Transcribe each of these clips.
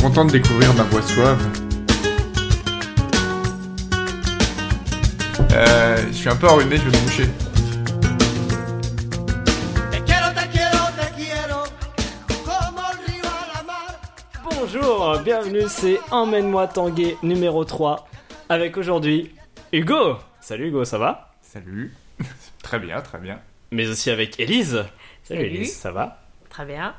content de découvrir ma voix suave. Euh, je suis un peu enrhumé, je vais me moucher. Te quiero, te quiero, te quiero, como el río a la mar. Bonjour, bienvenue, c'est Emmène-moi Tanguay numéro 3 avec aujourd'hui Hugo. Salut Hugo, ça va Salut. très bien, très bien. Mais aussi avec Elise. Salut. Élise, ça va Très bien.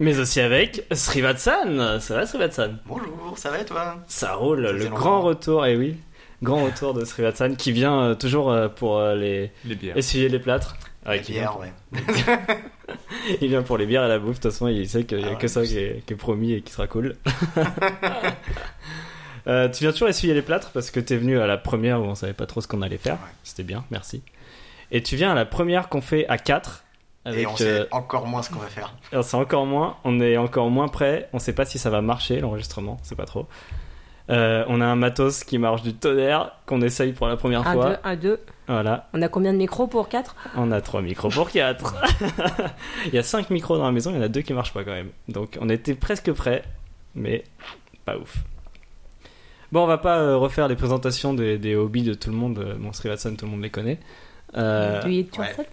Mais aussi avec Srivatsan. Ça va Srivatsan Bonjour, ça va et toi Ça roule, Ça le faisait grand longtemps. retour, et oui, grand retour de Srivatsan qui vient euh, toujours euh, pour euh, les Les bières. essuyer les plâtres. Ouais, qui vient Pierre, ouais. pour- il vient pour les bières et la bouffe, de toute façon, il sait qu'il n'y a Ah que ouais, ça qui est, qui est promis et qui sera cool. Euh, tu viens toujours essuyer les plâtres parce que t'es venu à la première où on savait pas trop ce qu'on allait faire. Ouais. C'était bien, merci. Et tu viens à la première qu'on fait à 4. Avec, Et on euh, sait encore moins ce qu'on va faire. alors, c'est encore moins, on est encore moins prêt, on sait pas si ça va marcher l'enregistrement, c'est pas trop. Euh, on a un matos qui marche du tonnerre, qu'on essaye pour la première 1, fois. 2, 1, 2. Voilà, On a combien de micros pour 4 on a trois micros pour quatre. il y a cinq micros dans la maison, il y en a deux qui marchent pas quand même. Donc on était presque prêt, mais pas ouf. Bon, on va pas euh, refaire les présentations des, des hobbies de tout le monde. Euh, Bon, Srivatsan, tout le monde les connaît. Euh, Tu es tout ouais. seul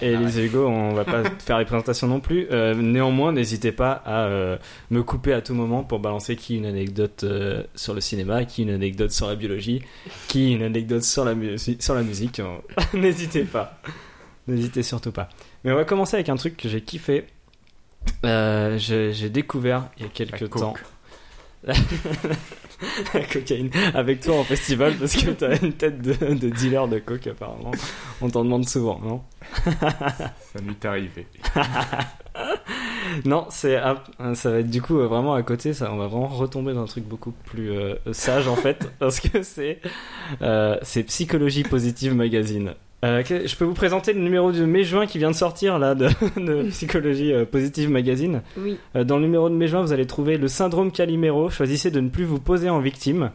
et Ah ouais. les Hugo, on va pas faire les présentations non plus. Euh, néanmoins, n'hésitez pas à euh, me couper à tout moment pour balancer qui une anecdote euh, sur le cinéma, qui une anecdote sur la biologie, qui une anecdote sur la, musi- sur la musique. On- n'hésitez pas. N'hésitez surtout pas. Mais on va commencer avec un truc que j'ai kiffé. Euh, je- j'ai découvert il y a La quelques coke. temps. la cocaïne avec toi en festival parce que t'as une tête de, de dealer de coke apparemment. On t'en demande souvent, non Ça nous est arrivé. Non, c'est à- ça va être du coup euh, vraiment à côté. Ça, on va vraiment retomber dans un truc beaucoup plus euh, sage en fait, parce que c'est euh, c'est Psychologie Positive Magazine. Euh, que- je peux vous présenter le numéro de mai-juin qui vient de sortir là de, de Psychologie euh, Positive Magazine. Oui. Euh, dans le numéro de mai-juin, vous allez trouver le syndrome Calimero. Choisissez de ne plus vous poser en victime.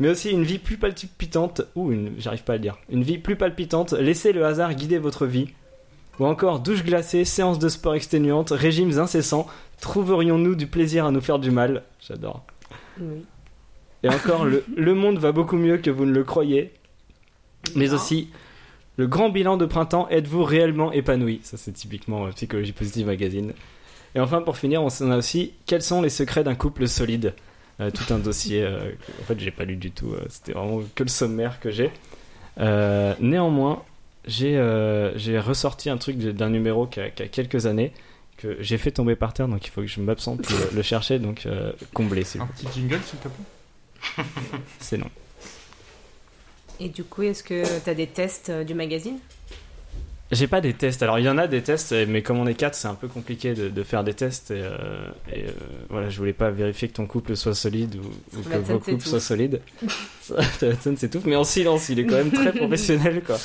Mais aussi une vie plus palpitante, ou une, j'arrive pas à le dire, une vie plus palpitante, laissez le hasard guider votre vie. Ou encore douche glacée, séance de sport exténuante, régimes incessants, trouverions-nous du plaisir à nous faire du mal J'adore. oui. Et encore, le, le monde va beaucoup mieux que vous ne le croyez. Mais Bien. aussi, le grand bilan de printemps, êtes-vous réellement épanoui Ça, c'est typiquement euh, Psychologie Positive Magazine. Et enfin, pour finir, on s'en a aussi, quels sont les secrets d'un couple solide Euh, Tout un dossier, euh, que- en fait, j'ai pas lu du tout, euh, c'était vraiment que le sommaire que j'ai. Euh, néanmoins, j'ai euh, j'ai ressorti un truc de- d'un numéro qui a, qui a quelques années que j'ai fait tomber par terre, donc il faut que je m'absente pour le- le chercher, donc euh, comblé, c'est- Un petit jingle, s'il te plaît. c'est non. Et du coup, est-ce que tu as des tests euh, du magazine J'ai pas des tests. Alors il y en a des tests, eh, mais comme on est quatre, c'est un peu compliqué de, de faire des tests. Et, euh, et, euh, voilà, je voulais pas vérifier que ton couple soit solide ou, ou que La vos scène couples s'étouffe. soient solides. La scène s'étouffe, mais en silence. Il est quand même très professionnel, quoi.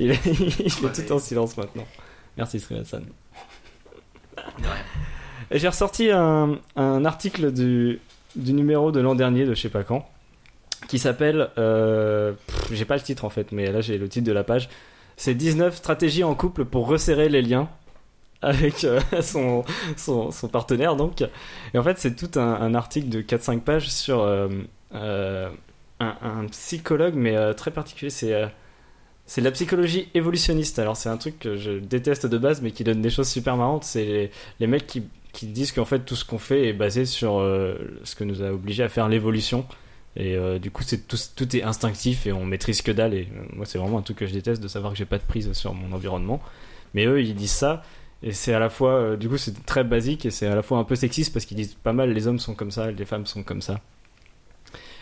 Il, est- il fait Ouais. tout en silence maintenant. Merci Srivatsan. Ouais. Et J'ai ressorti un, un article du, du numéro de l'an dernier de je sais pas quand qui s'appelle euh, pff, j'ai pas le titre en fait mais là j'ai le titre de la page c'est 19 stratégies en couple pour resserrer les liens avec euh, son, son, son partenaire donc et en fait c'est tout un, un article de 4-5 pages sur euh, euh, un, un psychologue mais euh, très particulier c'est euh, c'est de la psychologie évolutionniste alors c'est un truc que je déteste de base mais qui donne des choses super marrantes c'est les, les mecs qui, qui disent qu'en fait tout ce qu'on fait est basé sur euh, ce que nous a obligé à faire l'évolution et euh, du coup, c'est tout, tout est instinctif et on maîtrise que dalle. Et euh, moi, c'est vraiment un truc que je déteste de savoir que j'ai pas de prise sur mon environnement. Mais eux, ils disent ça. Et c'est à la fois, euh, du coup, c'est très basique et c'est à la fois un peu sexiste parce qu'ils disent pas mal les hommes sont comme ça, les femmes sont comme ça.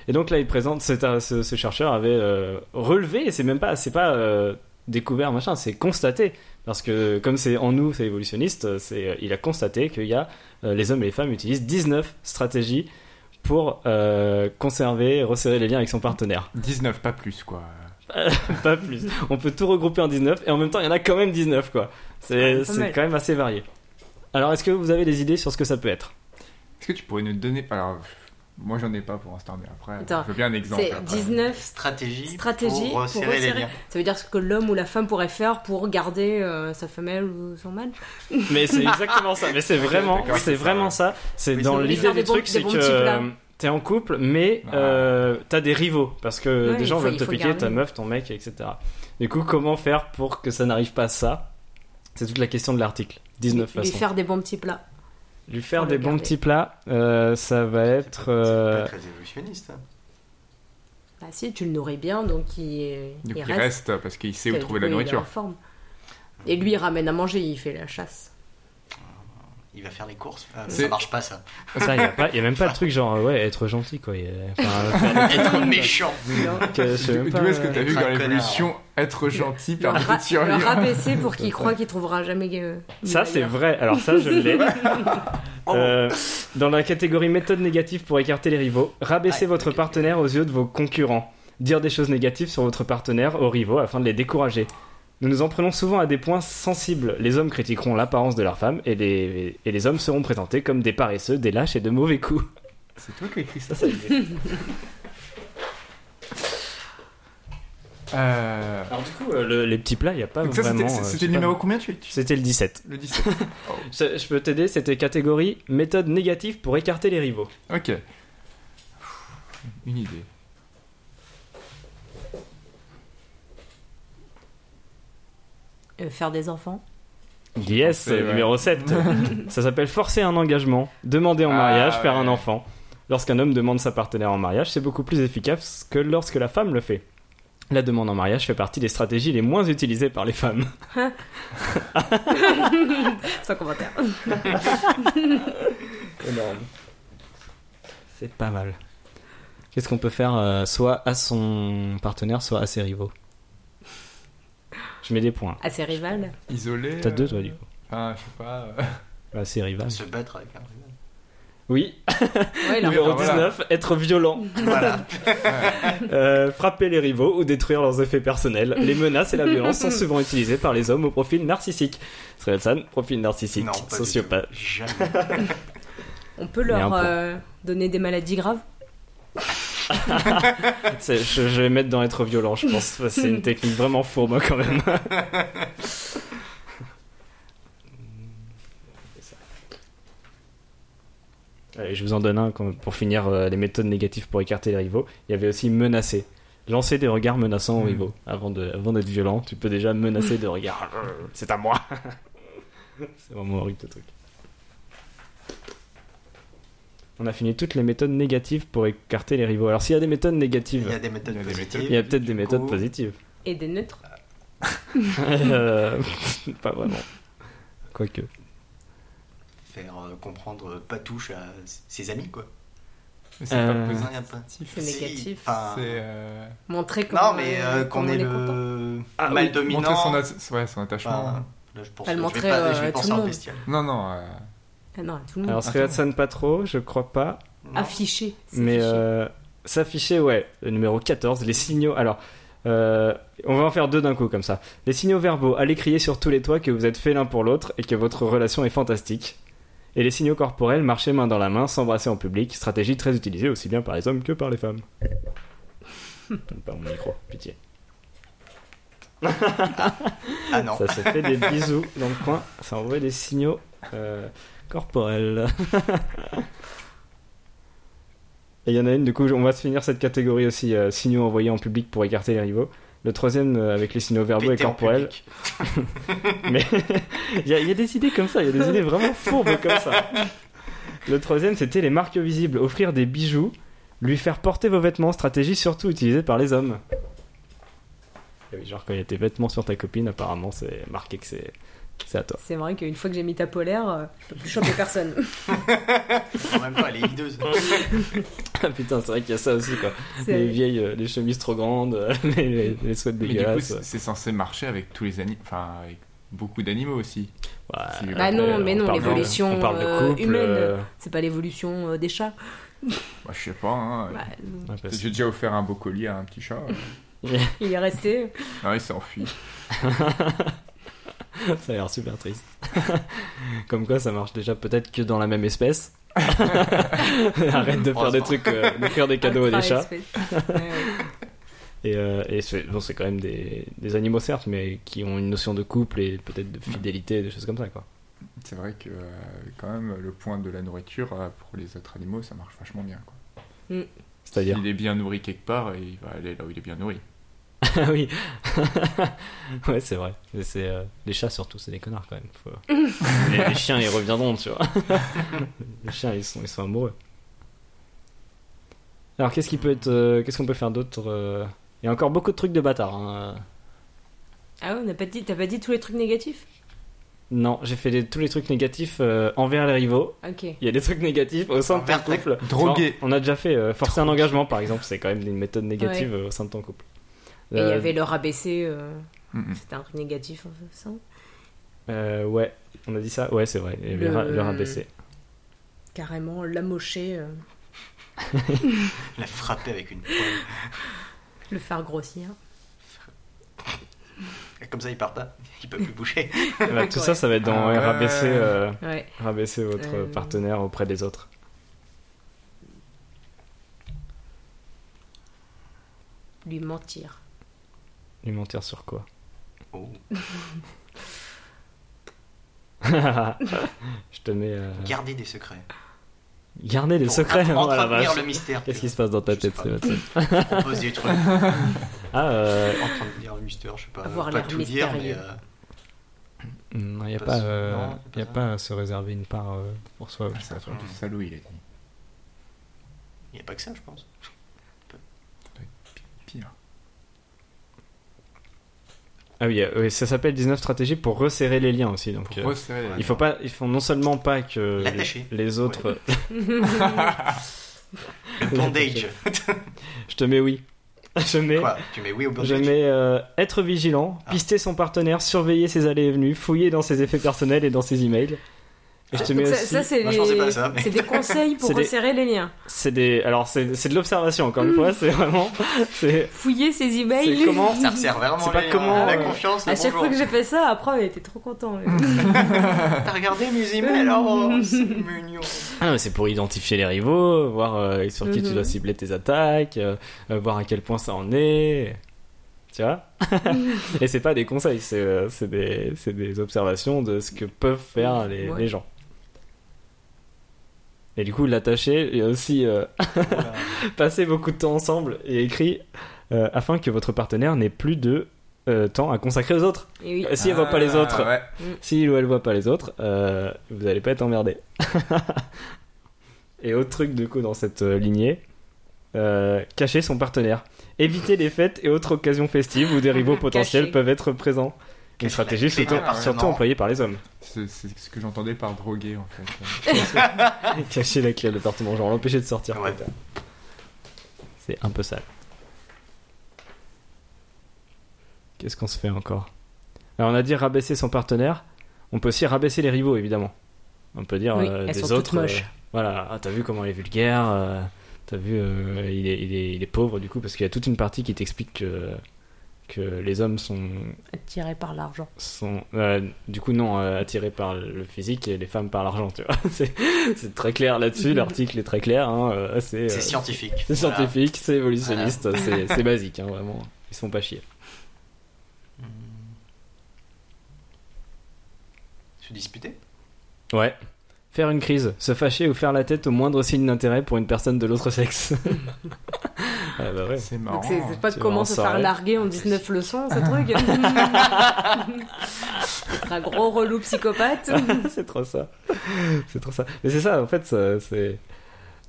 Et donc là, ils présentent, c'est un- ce, ce chercheur avait euh, relevé, et c'est même pas, c'est pas euh, découvert, machin, c'est constaté. Parce que comme c'est en nous, c'est évolutionniste, c'est, euh, il a constaté qu'il y a, euh, les hommes et les femmes utilisent 19 stratégies pour euh, conserver, resserrer les liens avec son partenaire. 19, pas plus, quoi. Pas plus. On peut tout regrouper en 19 et en même temps, il y en a quand même 19 quoi. C'est Ah, pas c'est mal. quand même assez varié. Alors, est-ce que vous avez des idées sur ce que ça peut être Est-ce que tu pourrais nous donner. Alors, Moi, j'en ai pas pour l'instant, mais après, Attends, je veux bien un exemple. C'est après. 19 Stratégie, stratégies pour pour resserrer les resserrer. liens. Ça veut dire ce que l'homme ou la femme pourrait faire pour garder euh, sa femelle ou son mâle. Mais c'est exactement ça. Mais c'est vraiment, d'accord, c'est c'est vraiment ça. C'est Oui, dans c'est- l'idée Faire du des bons- truc, des c'est bons que types, là. euh, t'es en couple, mais Ah. euh, t'as des rivaux parce que Ouais, des gens il faut- veulent il te faut piquer, ta garder. meuf, ton mec, etc. Du coup, comment faire pour que ça n'arrive pas ça C'est toute la question de l'article. 19 Lui façons. faire des bons petits plats. Lui faire Pour des le bons garder. petits plats, euh, ça va être. euh, C'est pas très évolutionniste. hein. Bah si, tu le nourris bien, donc il, Donc, il il reste parce qu'il sait où Et trouver du la coup, il est en nourriture. forme. Et lui, il ramène à manger, il fait la chasse. Il va faire les courses. Ah, C'est- ça marche pas ça. Ça, il n'y a, même pas de truc genre, euh, ouais, être gentil, quoi. Il y a- enfin, Être méchant. que- je sais D'où même pas, d'où est-ce que t'as euh, vu Être dans un l'évolution être gentil Le, par ra- petit survivre le rabaisser pour qu'il Ouais. croit qu'il trouvera jamais. euh, Ça, c'est ailleurs. vrai. Alors, ça, je l'ai. Oh. Euh, dans la catégorie méthode négative pour écarter les rivaux, rabaissez Ah, votre ok. partenaire aux yeux de vos concurrents. Dire des choses négatives sur votre partenaire aux rivaux afin de les décourager. Nous nous en prenons souvent à des points sensibles. Les hommes critiqueront l'apparence de leur femme et les, et les hommes seront présentés comme des paresseux, des lâches et de mauvais coups. C'est toi qui as écrit ça Ça, ça existe. Euh, Alors du coup, euh, le- les petits plats, il n'y a pas donc ça, c'était- vraiment... euh, je sais C'était le pas. numéro combien tu tu- C'était le 17. Le 17. Je, je peux t'aider, c'était catégorie méthode négative pour écarter les rivaux. Ok. Une idée. Euh, faire des enfants. Yes, Forcer, ouais. numéro 7. ça s'appelle forcer un engagement, demander en mariage, Ah, faire ouais. un enfant. Lorsqu'un homme demande sa partenaire en mariage, c'est beaucoup plus efficace que lorsque la femme le fait. La demande en mariage fait partie des stratégies les moins utilisées par les femmes. Sans commentaire. C'est pas mal. Qu'est-ce qu'on peut faire euh, soit à son partenaire, soit à ses rivaux Je mets des points. À ses rivales. Isolé. T'as deux, euh, toi, du coup. Enfin, je sais pas. euh, À ses rivaux. Se battre avec un rival. Oui, Ouais, il a- numéro Ah, voilà. 19, être violent. Voilà. Euh, frapper les rivaux ou détruire leurs effets personnels. Les menaces et la violence sont souvent utilisées par les hommes au profil narcissique. Srelsan, profil narcissique, Non, pas du sociopathe. tout. Jamais. On peut Mais un leur point. euh, donner des maladies graves. C'est- Je, je vais mettre dans être violent, je pense. C'est une technique vraiment fourbe hein, quand même. Allez, je vous en donne un quand- pour finir euh, les méthodes négatives pour écarter les rivaux. Il y avait aussi menacer. Lancer des regards menaçants Hmm. aux Mm. rivaux. Avant, de, avant d'être violent, tu peux déjà menacer de regards. Euh, C'est à moi. C'est vraiment horrible ce truc. On a fini toutes les méthodes négatives pour écarter les rivaux. Alors s'il y a des méthodes négatives, Il y a des méthodes Il y a des positives. méthodes. il y a peut-être des Du méthodes coup, positives. Et des neutres. Euh, pas vraiment. Quoique. Faire euh, comprendre euh, Patouche à ses amis, quoi. mais C'est Euh, ah. pas Non, positif. y a pas. Si, C'est négatif. enfin, C'est. euh, Montrer comment, Non, mais euh, euh, qu'on comment est on content. le Ah, mal oui, dominant. Montrer son, atta- ouais, son attachement. Bah. Enfin, là, je pense Pas le que je montrer, vais, pas, euh, je vais à tout penser le en monde. bestial. Non, non. euh, Ah non, à tout le monde. Alors Srivatsan pas trop, je crois pas. Non. Afficher. Mais s'afficher. euh, s'afficher, ouais. Le numéro 14, les signaux. Alors, euh, on va en faire deux d'un coup comme ça. Les signaux verbaux, allez crier sur tous les toits que vous êtes fait l'un pour l'autre et que votre relation est fantastique. Et les signaux corporels, marcher main dans la main, s'embrasser en public, stratégie très utilisée aussi bien par les hommes que par les femmes. Donne pas mon micro, pitié. Ah non. Ça se fait des bisous dans le coin, ça envoie des signaux euh, corporels. Et il y en a une, du coup, on va se finir cette catégorie aussi, euh, signaux envoyés en public pour écarter les rivaux. Le troisième, euh, avec les signaux verbaux Péter et en corporels. public. Mais il y, a- il y a des idées comme ça, il y a des idées vraiment fourbes comme ça. Le troisième, c'était les marques visibles, offrir des bijoux, lui faire porter vos vêtements, stratégie surtout utilisée par les hommes. Et oui, genre quand il y a tes vêtements sur ta copine, apparemment c'est marqué que c'est c'est à toi. C'est vrai qu'une fois que j'ai mis ta polaire, euh, je peux plus chanter personne. En même temps, elle est hideuse. Ah putain, c'est vrai qu'il y a ça aussi quoi. Les C'est- vieilles, euh, les chemises trop grandes, euh, les, les, les sweats Mais du coup, dégueulasses. c'est c'est censé marcher avec tous les animaux. Enfin, avec beaucoup d'animaux aussi. Ouais. Si- Bah non, mais on non, parle de- l'évolution, on parle de euh, couple, humaine. euh, C'est pas l'évolution euh, des chats. Bah, je sais pas. Hein. Bah, ouais, parce- J'ai déjà offert un beau collier à un petit chat. il est resté. ah, il s'est enfui. Ça a l'air super triste. Comme quoi, ça marche déjà peut-être que dans la même espèce. Arrête de faire des Heureusement. trucs, euh, de faire des cadeaux à des Par chats. espèce. Ouais, ouais. Et, euh, et c'est bon, c'est quand même des, des animaux certes, mais qui ont une notion de couple et peut-être de fidélité, des choses comme ça quoi. C'est vrai que euh, quand même le point de la nourriture euh, pour les autres animaux, ça marche vachement bien. Quoi. C'est-à-dire. Il est bien nourri quelque part et il va aller là où il est bien nourri. Ah oui. ouais, c'est vrai. Mais C'est euh, les chats surtout, c'est des connards quand même. Faut- les, les chiens, ils reviendront, tu vois. les chiens, ils sont, ils sont amoureux. Alors, qu'est-ce qui peut être, euh, qu'est-ce qu'on peut faire d'autre euh Il y a encore beaucoup de trucs de bâtards. hein. Ah ouais, on n'a pas dit, t'as pas dit tous les trucs négatifs Non, j'ai fait les- tous les trucs négatifs euh, envers les rivaux. Ok. Il y a des trucs négatifs au sein de ton Envers ta- couple. Drogué. Genre, on a déjà fait euh, forcer un engagement, par exemple. C'est quand même une méthode négative euh, au sein de ton couple. Et il y Euh, avait le rabaisser, euh, Mm, mm. c'était un truc négatif en fait, ça euh, ouais, on a dit ça. Ouais, c'est vrai. Il y avait Le- le, ra- le rabaisser. Carrément l'amocher, euh, La frapper avec une poêle. le faire grossir. Et Comme ça, il part pas. Il peut plus bouger. Bah, tout ça, ça va être dans Ah ouais, ouais. rabaisser, euh, Ouais. rabaisser votre Euh. partenaire auprès des autres. Lui mentir. Lui mentir sur quoi Oh. Je te mets. euh, Garder des secrets. Garder les Pour secrets. entre- oh la entretenir vache. le mystère. Qu'est-ce qui se passe dans ta Je sais tête, pas. Sébastien On propose des trucs. Ah, euh, En train de dire le mystère, je sais pas. Avoir pas l'air tout dire, mais. mystérieux. euh, non, y a Pas pas, sûr, euh, non, c'est pas y a ça. pas à se réserver une part euh, pour soi. Ah, ça va faire du salaud, il a dit. Il n'y a pas que ça, je pense. Pire. Ah oui, euh, oui, ça s'appelle 19 stratégies pour resserrer les liens aussi. Donc, Pour euh, resserrer la- il faut pas, il faut non seulement pas que L'attacher. les, les autres. Le bondage. Je te mets oui. Je mets. Quoi Tu mets oui au Je bondage mets euh, être vigilant, Ah. pister son partenaire, surveiller ses allées et venues, fouiller dans ses effets personnels et dans ses emails. Et je te mets Donc ça, aussi. ça, c'est Moi, Bah, je pensais pas à ça, les- mais- c'est des conseils pour C'est des- resserrer les liens. C'est des. Alors c'est c'est de l'observation encore Hmm. une fois. C'est vraiment. C'est. Fouiller ses emails. C'est comment Ça resserre C'est vraiment pas les- comment, la euh, confiance. le À chaque bonjour. fois que j'ai fait ça, après, on était trop content. T'as regardé mes emails Oh, c'est mignon. Ah, mais c'est pour identifier les rivaux, voir euh, sur qui tu Mhm. dois cibler tes attaques, euh, euh, voir à quel point ça en est. Tu vois Et c'est pas des conseils, c'est euh, c'est des, c'est des observations de ce que peuvent faire les, Ouais. les gens. Et du coup, l'attaché, il y a aussi euh, Voilà. Passez beaucoup de temps ensemble et écrit euh, afin que votre partenaire n'ait plus de euh, temps à consacrer aux autres. Et oui. Euh, Si elle voit pas les Ah, autres, ouais. Mm. si il ou elle voit pas les autres, euh, vous allez pas être emmerdé. et autre truc du coup dans cette euh, lignée, euh, cacher son partenaire. Éviter les fêtes et autres occasions festives où des rivaux potentiels Cacher. peuvent être présents. Une Cacher la stratégie clé surtout, d'un appartement. surtout employée par les hommes. C'est c'est ce que j'entendais par drogué en fait. Cacher la clé de l'appartement, genre l'empêcher de sortir. Ouais. peut-être. C'est un peu sale. Qu'est-ce qu'on se fait encore Alors on a dit rabaisser son partenaire. On peut aussi rabaisser les rivaux, évidemment. On peut dire Oui, euh, elles des sont toutes autres. euh, moches. voilà, ah, t'as vu comment il est vulgaire. euh, t'as vu, euh, il, est, il est- il est pauvre du coup parce qu'il y a toute une partie qui t'explique que que les hommes sont Attiré par l'argent. sont euh, du coup non euh, attirés par le physique et les femmes par l'argent tu vois c'est c'est très clair là-dessus l'article est très clair hein, euh, c'est euh, C'est scientifique. c'est Voilà. scientifique c'est évolutionniste c'est- c'est basique hein, vraiment ils se font pas chier Se disputer ouais faire une crise se fâcher ou faire la tête au moindre signe d'intérêt pour une personne de l'autre sexe ah bah ouais C'est marrant. hein. Donc, c'est c'est pas c'est comment vraiment se ça, faire ouais. larguer Ah, en 19 leçons, ce truc. Être un gros relou psychopathe. c'est trop ça. C'est trop ça. Mais c'est ça, en fait, ça- c'est.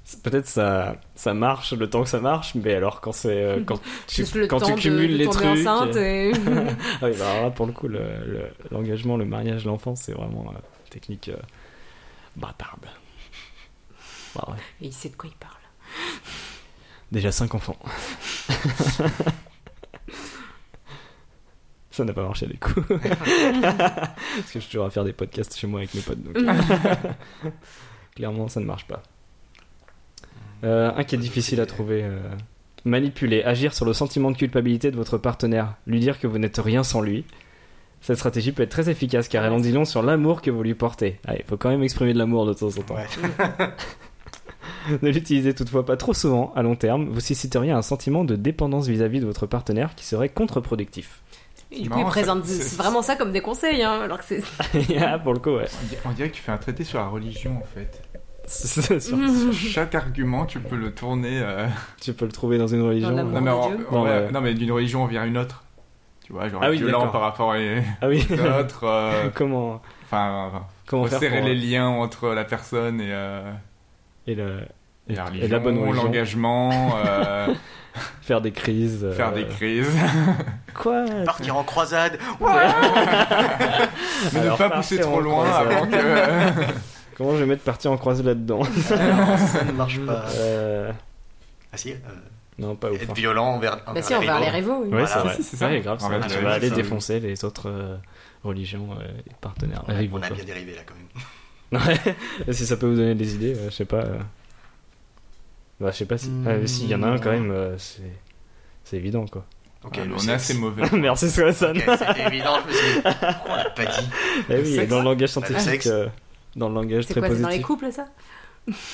c'est- Peut-être ça, ça marche le temps que ça marche, mais alors quand c'est euh, quand tu, Juste le quand temps tu de- cumules de les tomber trucs. enceinte euh, et- ah oui, bah alors là pour le coup, le- le- l'engagement, le, mariage, l'enfance, c'est vraiment euh, technique euh, bâtarde. Bah ouais. Et il sait de quoi il parle. Déjà 5 enfants. Ça n'a pas marché du coup. Parce que je suis toujours à faire des podcasts chez moi avec mes potes. Donc... Clairement, ça ne marche pas. Euh, un qui est difficile à trouver. euh, Manipuler, agir sur le sentiment de culpabilité de votre partenaire, lui dire que vous n'êtes rien sans lui, Cette stratégie peut être très efficace car elle en dit long sur l'amour que vous lui portez. Ah, il faut quand même exprimer de l'amour de temps en temps. Ouais. ne l'utilisez toutefois pas trop souvent à long terme, vous susciteriez un sentiment de dépendance vis-à-vis de votre partenaire qui serait contre-productif. Et Du coup, marrant, ils présentent ça. C'est- vraiment ça comme des conseils, hein, alors que c'est. Ah, pour le coup, ouais. On di- On dirait que tu fais un traité sur la religion en fait. C'est sûr. Sur chaque argument, tu peux le tourner. euh, Tu peux le trouver dans une religion. hein. Dans Non, l'amour. mais, en- de Dieu. en- Non, ouais, mais- non, mais d'une religion vers une autre. Tu vois, genre Ah oui, violent d'accord. par rapport à les- Ah oui. aux autres. euh, comment Enfin, enfin, comment faire resserrer pour- euh, les liens entre la personne et, euh, et, le- et la et religion, la bonne religion. l'engagement, euh, faire des crises. euh, faire des crises. Quoi Partir en croisade. Mais ne Alors, pas partir pousser en trop loin croisade. avant que. Comment je vais mettre partir en croisée là-dedans Ah, non, ça ne marche pas. Euh, Ah si, euh, Non, pas ouf. hein. être violent envers, envers Bah si, les on va rivaux. les rivaux. oui. Ouais, Voilà. c'est vrai. Si, c'est ça. Ouais, grave, En c'est fait, vrai. euh, tu vas c'est aller ça, défoncer les autres euh, religions euh, et partenaires. Ouais, rivaux, on a quoi. bien dérivé là quand même. Ouais, si ça peut vous donner des idées, euh, je sais pas. euh. Bah, je sais pas si. Hmm. Ah, mais si, il y en a un quand même, euh, c'est. C'est évident quoi. Ok, Ah, le on est sexe. assez mauvais. Merci Swanson. Ok, c'était évident, je me suis dit, pourquoi on l'a pas dit Eh oui, sexe. dans le langage Bah, le scientifique, sexe. euh, dans le langage C'est très quoi, c'est dans les Ah positif. couples, ça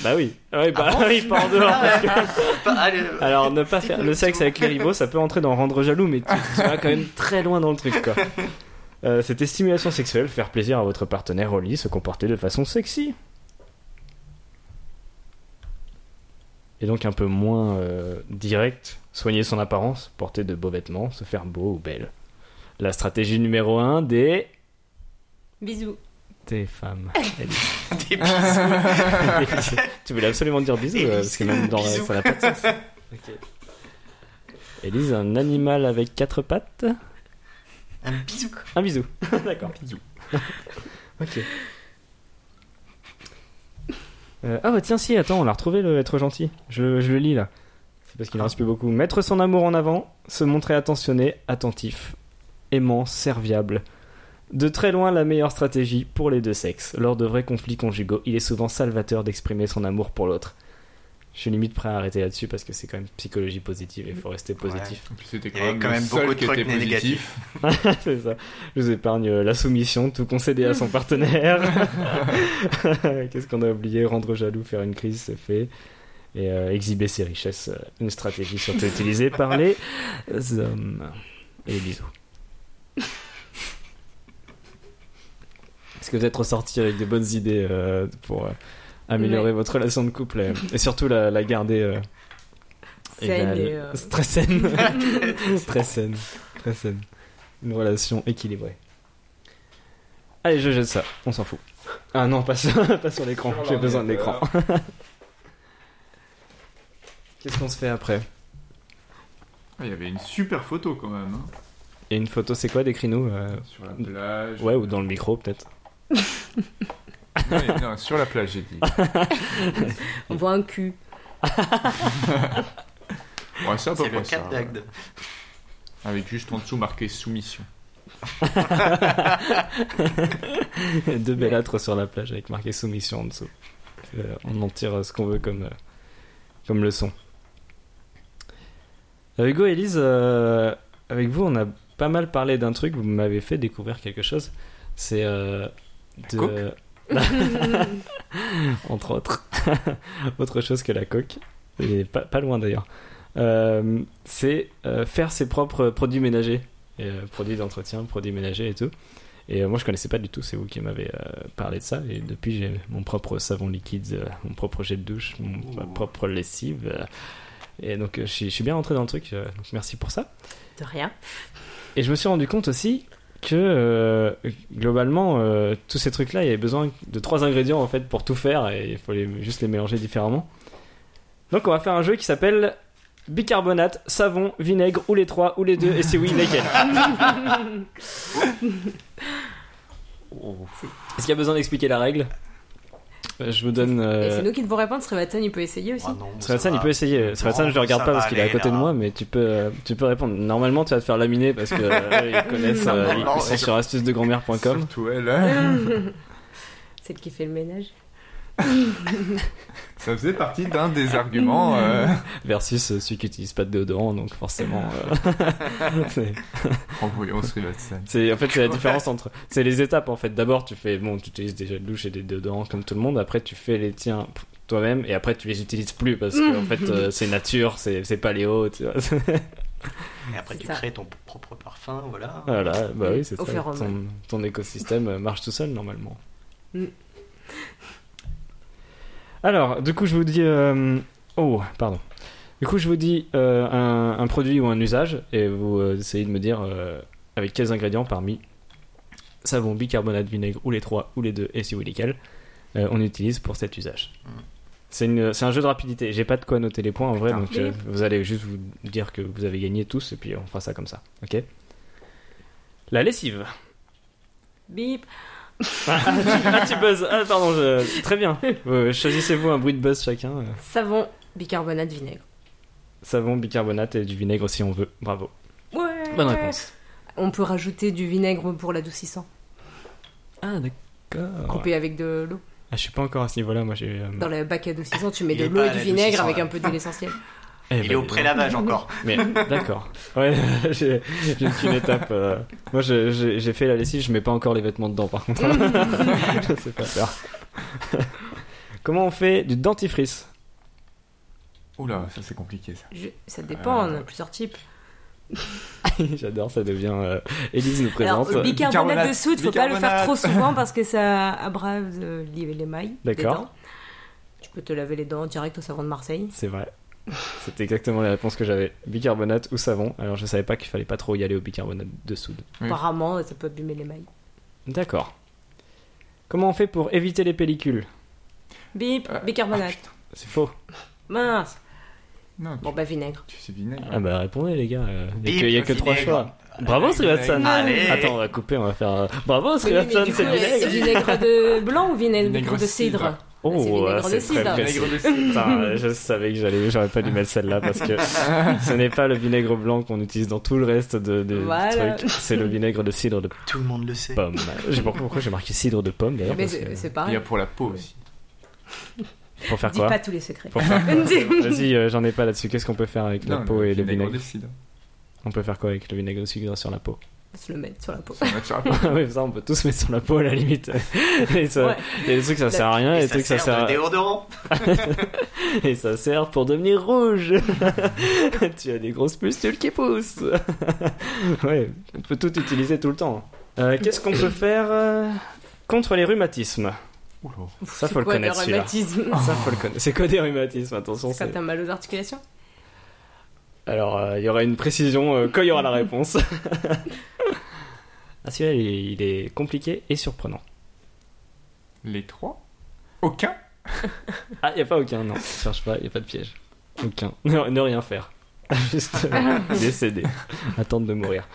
Bah oui, Ouais, bah, bon oui, pas en dehors. parce que- Pas- ah, le- Alors, ne pas faire le sexe avec les rivaux, ça peut entrer dans rendre jaloux, mais tu, tu vas quand même très loin dans le truc, quoi. Euh, C'était stimulation sexuelle, faire plaisir à votre partenaire au lit, se comporter de façon sexy. Et donc un peu moins euh, direct, soigner son apparence, porter de beaux vêtements, se faire beau ou belle. La stratégie numéro 1 des... Bisous. des femmes. des bisous. tu voulais absolument dire bisous, euh, parce que même dans... Bisous. ça n'a pas de sens. Élise, un animal avec quatre pattes Un bisou. Un bisou. D'accord. Bisou. ok. Euh, ah bah tiens si, attends, on l'a retrouvé le être gentil. Je, je le lis là. C'est parce qu'il en reste plus beaucoup. Mettre son amour en avant, se montrer attentionné, attentif, aimant, serviable. De très loin la meilleure stratégie pour les deux sexes. Lors de vrais conflits conjugaux, il est souvent salvateur d'exprimer son amour pour l'autre. Je suis limite prêt à arrêter là-dessus parce que c'est quand même psychologie positive et il faut rester positif. En plus, c'était Il y quand avait même, quand le même seul beaucoup de qui trucs était positif. négatifs. C'est ça. Je vous épargne euh, la soumission, tout concéder à son partenaire. Qu'est-ce qu'on a oublié Rendre jaloux, faire une crise, c'est fait. Et euh, exhiber ses richesses, euh, une stratégie surtout utilisée par les hommes. Et les bisous. Est-ce que vous êtes ressorti avec des bonnes idées euh, pour euh, améliorer Ouais. votre relation de couple euh, et surtout la, la garder euh, et Saine la- et, euh, très saine très saine, très saine. Une relation équilibrée. Allez, je jette ça, on s'en fout. Ah non, pas sur, pas sur l'écran, j'ai besoin de l'écran. Qu'est-ce qu'on se fait après Ah, Il y avait une super photo quand même. hein, Et une photo, c'est quoi Décris-nous. euh, sur la plage. Ouais, ou dans le micro peut-être. Non, il- non, sur la plage, j'ai dit. On voit un cul. Ouais, c'est à peu C'est le près ça, 4 ouais. d'Agde. Avec juste en dessous marqué soumission. Deux bellâtres sur la plage avec marqué soumission en dessous. Euh, on en tire euh, ce qu'on veut comme, euh, comme leçon. Euh, Hugo, Elise, euh, avec vous, on a pas mal parlé d'un truc, vous m'avez fait découvrir quelque chose. C'est euh, de. Entre autres. Autre chose que la coque. Et pas, pas loin d'ailleurs. Euh, c'est euh, faire ses propres produits ménagers. Et, euh, produits d'entretien, produits ménagers et tout. Et euh, moi, je connaissais pas du tout. C'est vous qui m'avez euh, parlé de ça. Et depuis, j'ai mon propre savon liquide, euh, mon propre jet de douche, mon, ma Ouh. propre lessive. euh. et donc, euh, je suis- je suis bien rentré dans le truc. euh, donc, merci pour ça. De rien. Et je me suis rendu compte aussi que euh, globalement, euh, tous ces trucs-là, il y avait besoin de trois ingrédients en fait pour tout faire et il faut les- juste les mélanger différemment. Donc on va faire un jeu qui s'appelle bicarbonate, savon, vinaigre ou les trois ou les deux et si oui, lesquels Oh. Est-ce qu'il y a besoin d'expliquer la règle Euh, Je vous donne. Et c'est Euh... nous qui devons répondre. Sébastien, il peut essayer aussi. Ah non, ça Sébastien, va. il peut essayer. Sébastien, je le regarde ça pas va parce qu'il est à aller, côté de là. moi, mais tu peux, euh, tu peux répondre. Normalement, tu vas te faire laminer parce que euh, ils connaissent, euh, Non, ils sont ouais. sur astucesdegrandmère.com. Surtout elle. hein. Celle qui fait le ménage. Ça faisait partie d'un des arguments. euh, versus euh, celui qui n'utilise pas de déodorant, donc forcément. euh, c'est- Embrouillons sur la scène. c'est- en fait, c'est la différence entre. C'est les étapes en fait. D'abord, tu fais. Bon, tu utilises déjà de douche et des déodorants comme tout le monde. Après, tu fais les tiens p- toi-même et après, tu les utilises plus parce que en fait, euh, c'est nature, c'est c'est paléo, tu vois. Et après, C'est tu ça. crées ton propre parfum, voilà. voilà, bah oui, c'est ça. Au fur et à mesure. Ton, ton écosystème euh, marche tout seul normalement. Mm. Alors, du coup, je vous dis. euh, Oh, pardon. Du coup, je vous dis euh, un, un produit ou un usage et vous euh, essayez de me dire euh, avec quels ingrédients parmi savon, bicarbonate, vinaigre ou les trois ou les deux et si oui lesquels euh, on utilise pour cet usage. Mm. C'est une- c'est un jeu de rapidité. J'ai pas de quoi noter les points en vrai, Putain. donc euh, vous allez juste vous dire que vous avez gagné tous et puis on fera ça comme ça. Ok La lessive. Bip. Ah, tu, ah, tu buzzes. Ah, pardon, je- très bien. Euh, Choisissez-vous un bruit de buzz chacun. Euh, Savon, bicarbonate, vinaigre. Savon, bicarbonate et du vinaigre si on veut. Bravo. Ouais. Bonne réponse. On peut rajouter du vinaigre pour l'adoucissant, Ah, d'accord. coupé avec de l'eau. Ah, je suis pas encore à ce niveau-là, moi j'ai. euh, Dans le bac adoucissant, tu mets Il de est l'eau pas et à du vinaigre l'adoucissant, avec là. un peu d'huile essentielle. eh ben, Il est au dis prélavage encore. donc. Mais d'accord. Ouais, j'ai j'ai qu'une étape. euh, Moi je- j'ai j'ai fait la lessive, je mets pas encore les vêtements dedans par contre. je sais pas faire. Comment on fait du dentifrice Oula, ça c'est compliqué ça. Je- Ça dépend, Euh. on a plusieurs types. J'adore, ça devient. euh, Élise nous Alors, présente. le bicarbonate Bicarbonate. de soude, faut pas le faire Bicarbonate. trop souvent parce que ça abrase euh, les les mailles. des D'accord. dents. Tu peux te laver les dents direct au savon de Marseille. C'est vrai. C'était exactement la réponse que j'avais. Bicarbonate ou savon. Alors je savais pas qu'il fallait pas trop y aller au bicarbonate de soude. Oui. Apparemment, ça peut abîmer les mailles. D'accord. Comment on fait pour éviter les pellicules Bip, Euh, bicarbonate. C'est faux. Mince. Non, Bon, bah, vinaigre. tu sais vinaigre. Ah bah répondez les gars. euh, Il y a Bip, que, il y a que vinaigre. trois choix. Bravo Srivatsan. Allez. Attends, on va couper, on va faire. euh, Bravo Oui, mais Srivatsan, du c'est coup, du vinaigre. vinaigre de blanc ou vinaigre, Vinaigre de de cidre cidre. c'est Oh, vinaigre euh, de c'est très cidre. précis. Vinaigre de cidre. Putain, euh, je savais que j'allais, j'aurais pas dû mettre celle-là parce que ce n'est pas le vinaigre blanc qu'on utilise dans tout le reste de, de du Voilà. truc. C'est le vinaigre de cidre de Tout le monde le sait. pomme. Je sais pas pourquoi j'ai marqué cidre de pomme d'ailleurs. Mais parce que- Eh ben, c'est c'est Il y pareil. a pour la peau aussi. Pour faire Dis quoi pas tous les secrets. Pour faire Dis- Vas-y, euh, j'en ai pas là-dessus. Qu'est-ce qu'on peut faire avec la Non, peau et le vinaigre vinaigre de cidre. On peut faire quoi avec le vinaigre de sucre sur la peau se le mettre sur la peau. Ça matche à la peau. Ah oui, ça, on peut tous mettre sur la peau à la limite. et ça, Ouais. Il y a des trucs ça sert à rien, et Et des ça trucs ça sert sert, de déodorant. et ça sert pour devenir rouge. tu as des grosses pustules qui poussent. ouais, on peut tout utiliser tout le temps. Euh, Qu'est-ce qu'on peut faire euh, contre les rhumatismes Oula. Ça C'est faut le quoi, connaître le celui-là. rhumatisme Ça faut le connaître. C'est quoi des rhumatismes Attention. C'est c'est- quand t'as mal aux articulations Alors, euh, il y aura une précision euh, quand il y aura la réponse. ah, celui-là, il, est- il est compliqué et surprenant. Les trois Aucun Ah, il n'y a pas aucun, non. Cherche pas, il n'y a pas de piège. Aucun. Ne, ne rien faire. Juste euh, décéder. Attendre de mourir.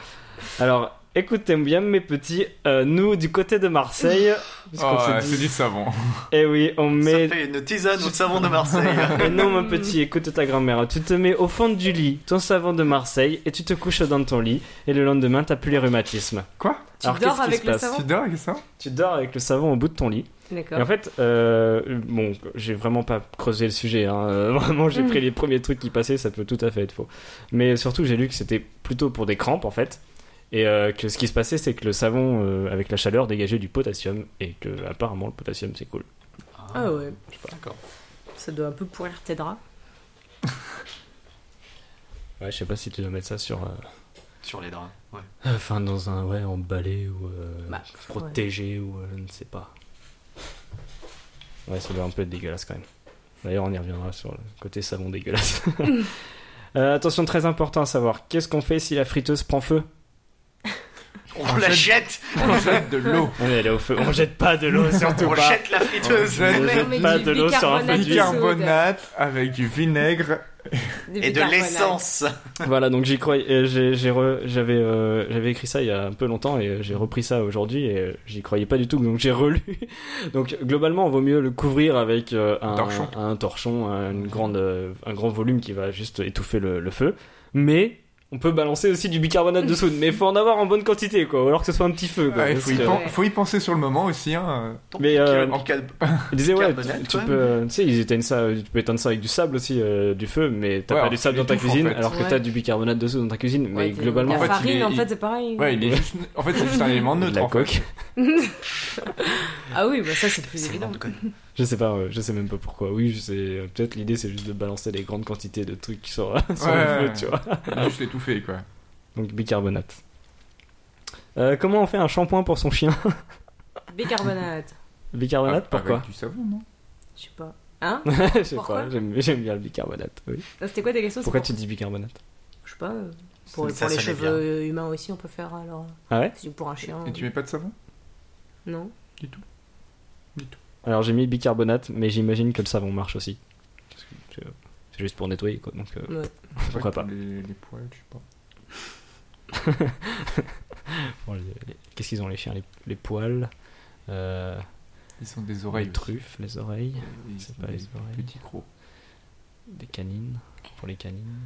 Alors, écoutez bien, mes petits, euh, nous, du côté de Marseille, puisqu'on Ah, se C'est dit- du savon. eh oui, on met... Ça fait une tisane au savon de Marseille. Mais non, mon petit, écoute ta grand-mère. Tu te mets au fond du lit, ton savon de Marseille, et tu te couches dans ton lit, et le lendemain, t'as plus les rhumatismes. Quoi Tu Alors, dors qu'est-ce qui avec se le passe savon Tu dors avec ça Tu dors avec le savon au bout de ton lit. Et en D'accord. fait, euh, bon, j'ai vraiment pas creusé le sujet. hein. Euh, Vraiment, j'ai pris les premiers trucs qui passaient, ça peut tout à fait être faux. Mais surtout, j'ai lu que c'était plutôt pour des crampes en fait. Et euh, que ce qui se passait, c'est que le savon, euh, avec la chaleur, dégageait du potassium. Et que apparemment, le potassium, c'est cool. Ah ouais, D'accord. ça doit un peu pourrir tes draps. Ouais, je sais pas si tu dois mettre ça sur. euh, Sur les draps. Ouais. euh, Enfin, dans un. Ouais, emballé ou. euh, Bah, protégé ou. euh, je ne sais pas. Ouais, ça doit un peu être dégueulasse quand même. D'ailleurs, on y reviendra sur le côté savon dégueulasse. Euh, attention, très important à savoir, qu'est-ce qu'on fait si la friteuse prend feu On la jette On jette de l'eau. On est allé au feu, on jette pas de l'eau surtout On pas. jette la friteuse On On jette mais jette pas du de l'eau sur un feu bicarbonate de vie. de soude. Bicarbonate avec du vinaigre. et de l'essence. Voilà, donc j'y croyais, euh, j'ai- j'ai re- j'avais euh, j'avais écrit ça il y a un peu longtemps et euh, j'ai repris ça aujourd'hui et euh, j'y croyais pas du tout, donc j'ai relu. Donc globalement, on vaut mieux le couvrir avec euh, un, Torchon. un torchon, une grande, euh, un grand volume qui va juste étouffer le, le feu. Mais on peut balancer aussi du bicarbonate de soude, mais faut en avoir en bonne quantité, quoi. Ou alors que ce soit un petit feu, quoi. Ouais, parce faut, y que- pen- faut y penser sur le moment aussi. Hein. Mais, euh, en cas de- Ils disaient, ouais, tu, bicarbonate, tu ouais. peux, euh, tu sais, ils éteignent ça, tu peux éteindre ça avec du sable aussi, euh, du feu, mais t'as Ouais, pas alors du tu sable dans ta l'étouffes, en cuisine, fait. alors que Ouais. t'as du bicarbonate de soude dans ta cuisine, mais Ouais, t'es- globalement. La En fait, farine, il est- en il- fait, c'est pareil. Ouais, il est juste... En fait, c'est juste un élément de neutre. la en fait. coque. Ah oui, bah ça, c'est plus C'est évident. énorme, quoi. Je sais pas, ouais, je sais même pas pourquoi. Oui, je sais. euh, Peut-être l'idée c'est juste de balancer des grandes quantités de trucs sur, sur Ouais, le feu, ouais. tu vois. Juste étouffé, quoi. Donc bicarbonate. Euh, comment on fait un shampoing pour son chien Bicarbonate. Bicarbonate, Ah, pourquoi Avec du savon, non Je sais pas. Hein Je sais Pourquoi pas, j'aime j'aime bien le bicarbonate. oui. Ah, C'était quoi ta question c'est Pourquoi pour- tu dis bicarbonate Je sais pas. euh, Pour, Ça, pour les ça m'est cheveux humains aussi, on peut faire alors. Ah ouais C'est Pour un chien. Et tu mets pas de savon Non Alors j'ai mis bicarbonate, mais j'imagine que le savon marche aussi. Parce que, tu vois, C'est juste pour nettoyer quoi, donc euh, Ouais. Pourquoi pas les, les poils, je sais pas. bon, les- les- qu'est-ce qu'ils ont les chiens les, les poils, euh, Ils sont des oreilles. les truffes, les oreilles, Ils c'est sont pas des les oreilles. Petits crocs. des canines, pour les canines,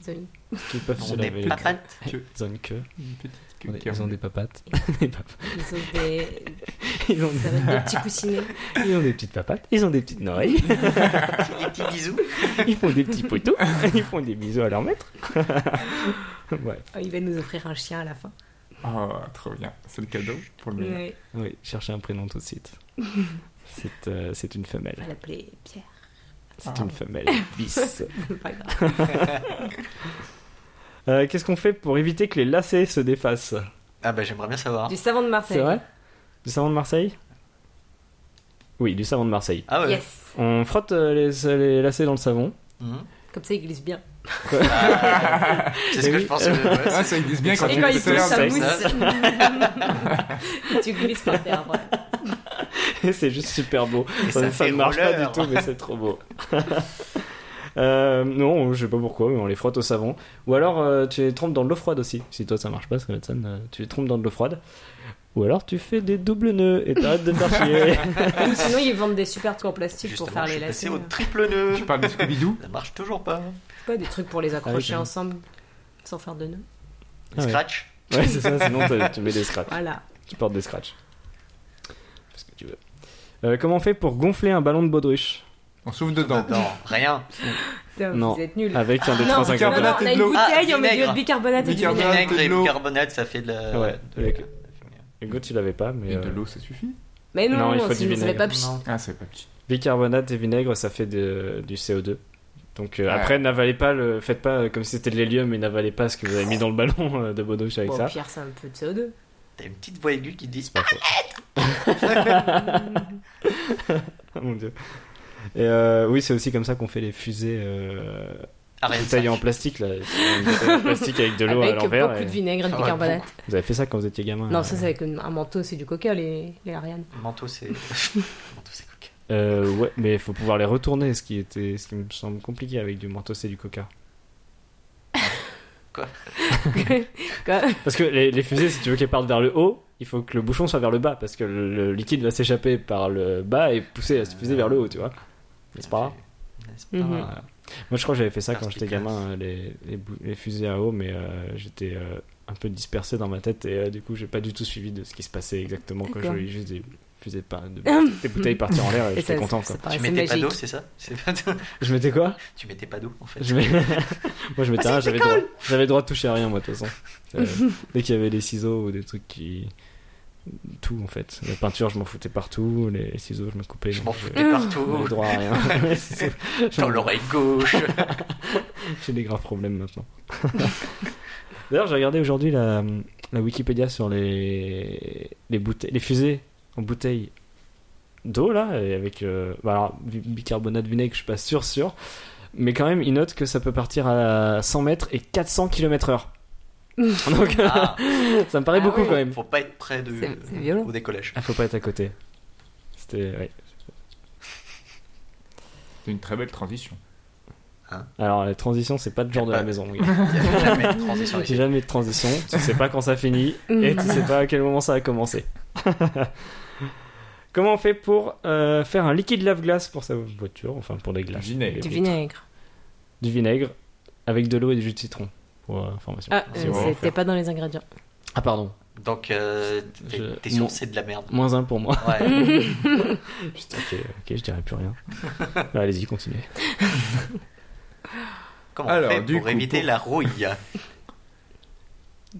désolé. qui peuvent se On laver est les pas mal. ils ont une queue, Une petite queue ils ont des- ils ont carnée. des papates, Ils ont des, ils ont ça des va être des petits coussinets. Ils ont des petites papates, ils ont des petites oreilles, Des petits bisous. ils font des petits poteaux, ils font des bisous à leur maître. ouais, Oh, il va nous offrir un chien à la fin. Ah, trop bien. C'est le cadeau pour le Ouais. oui, cherchez un prénom tout de suite. C'est euh, c'est une On va femelle. l'appeler Pierre. C'est une femelle. Bis. C'est pas grave. Euh, Qu'est-ce qu'on fait pour éviter que les lacets se défassent Ah bah j'aimerais bien savoir. Du savon de Marseille. C'est vrai Du savon de Marseille Oui, du savon de Marseille. Ah ouais. Yes. On frotte euh, les, les lacets dans le savon. Mhm. Comme ça, il glisse bien. C'est ce Eh que oui. je pense. que- ouais, Ah, ça ils disent bien quand Et tu quand fais il tout à pousse, l'heure, ça c'est mousse. Et tu glisses par terre. après. c'est juste super beau. Et Ça, ça ça fait ne marche pas roller. du tout, mais c'est trop beau. Euh, non, je sais pas pourquoi, mais on les frotte au savon. Ou alors euh, tu les trempes dans de l'eau froide aussi. Si toi ça marche pas, ça va être ça, euh, tu les trempes dans de l'eau froide. Ou alors tu fais des doubles nœuds et t'arrêtes de faire chier. Ou sinon, ils vendent des super trucs en plastique Justement, pour faire je les suis passé lacets. au euh. triple nœud. tu parles de Scooby-Doo Ça marche toujours pas. Pas des trucs pour les accrocher Ah oui, ensemble sans faire de nœuds. Ah ouais. Scratch. Ouais, c'est ça, sinon t'as- tu mets des scratchs. Voilà. Tu portes des scratchs. Parce que tu veux. Euh, comment on fait pour gonfler un ballon de baudruche On souffle dedans. Non, rien. Putain, Non. Vous êtes nuls. Avec un des Ah non, non, trois non, bicarbonate et ingrédients on a de une l'eau. bouteille, Ah, on met du vinaigre. bicarbonate et du Bicarbonate. vinaigre. Vinaigre de et l'eau. bicarbonate, ça fait de la. Ah Ouais, de la- Hugo, tu l'avais pas, mais. Et de euh, l'eau, ça suffit Mais Non, non, il faut non du sinon, ça fait vinaigre. pas pchit. Non. Ah, c'est pas petit. Bicarbonate et vinaigre, ça fait de- du CO2. Donc euh, Ouais. après, n'avalez pas le, faites pas comme si c'était de l'hélium, mais n'avalez pas ce que vous avez mis dans le ballon euh, de baudruche avec Bon, ça. Pierre, c'est un peu de CO2. T'as une petite voix aiguë qui te dit. Mon dieu. Et euh, oui, c'est aussi comme ça qu'on fait les fusées euh, Arrête. Ah, ça. taillées en plastique là, C'est une bouteille en plastique avec de l'eau à Avec l'envers. beaucoup et- de vinaigre et de Ah ouais, bicarbonate. Vous avez fait ça quand vous étiez gamin Non, euh, ça, c'est avec une- un manteau, c'est du coca, les, les Ariane. Manteau, c'est. Manteau, c'est coca. euh, ouais, mais il faut pouvoir les retourner, ce qui était, ce qui me semble compliqué avec du manteau, c'est du coca. Quoi Parce que les, les fusées, si tu veux qu'elles partent vers le haut, il faut que le bouchon soit vers le bas, parce que le, le liquide va s'échapper par le bas et pousser la fusée vers le haut, tu vois. N'est-ce pas N'est-ce pas Mhm. Voilà. Moi, je crois que j'avais fait ça quand j'étais Perspicace. gamin, hein, les, les, bou- les fusées à eau, mais euh, j'étais euh, un peu dispersé dans ma tête et euh, du coup, j'ai pas du tout suivi de ce qui se passait exactement quand je D'accord. voyais juste des fusées par- de- des bouteilles partir en l'air et, Et j'étais ça- content. ça Quoi. Tu paraissait mettais pas magique. d'eau, c'est ça C'est pas d'eau. Je mettais quoi Tu mettais pas d'eau en fait. Je mets- moi je m'étais j'avais droit, j'avais droit de toucher à rien moi de toute façon. Euh, dès qu'il y avait des ciseaux ou des trucs qui tout en fait. La peinture je m'en foutais partout, les ciseaux je me coupais. Je donc euh, m'en foutais j'avais partout. droit à rien. Les ciseaux, je Dans m'en- l'oreille gauche. J'ai des graves problèmes maintenant. D'ailleurs j'ai regardé aujourd'hui la, la Wikipédia sur les les bouteilles, les fusées en bouteille d'eau là et avec euh, bah, alors, bi- bicarbonate vinaigre je suis pas sûr sûr mais quand même il note que ça peut partir à 100 mètres et 400 km heure donc Ah, ça me paraît Ah beaucoup oui. quand même faut pas être près de. C'est- c'est violent. Au décollage. ah, faut pas être à côté c'était ouais. C'est une très belle transition. alors la transition c'est pas le genre de Bah, la maison mon gars. Il y a jamais de transition J'ai ici. jamais de transition, tu sais pas quand ça finit et tu sais pas à quel moment ça a commencé. Comment on fait pour euh, faire un liquide lave-glace pour sa voiture, enfin pour des glaces Du vinaigre. des Du vitres. vinaigre. Du vinaigre avec de l'eau et du jus de citron. pour euh, information. Ah, C'est euh, bon, c'était faire. pas dans les ingrédients. Ah, pardon. Donc, euh, t'es Je- t'es sûr non. que c'est de la merde Moins un pour moi. Ouais. Juste, ok, ok, je dirais plus rien. Bah, Allez-y, continuez. Comment Alors, on fait du pour coup, éviter pour- la rouille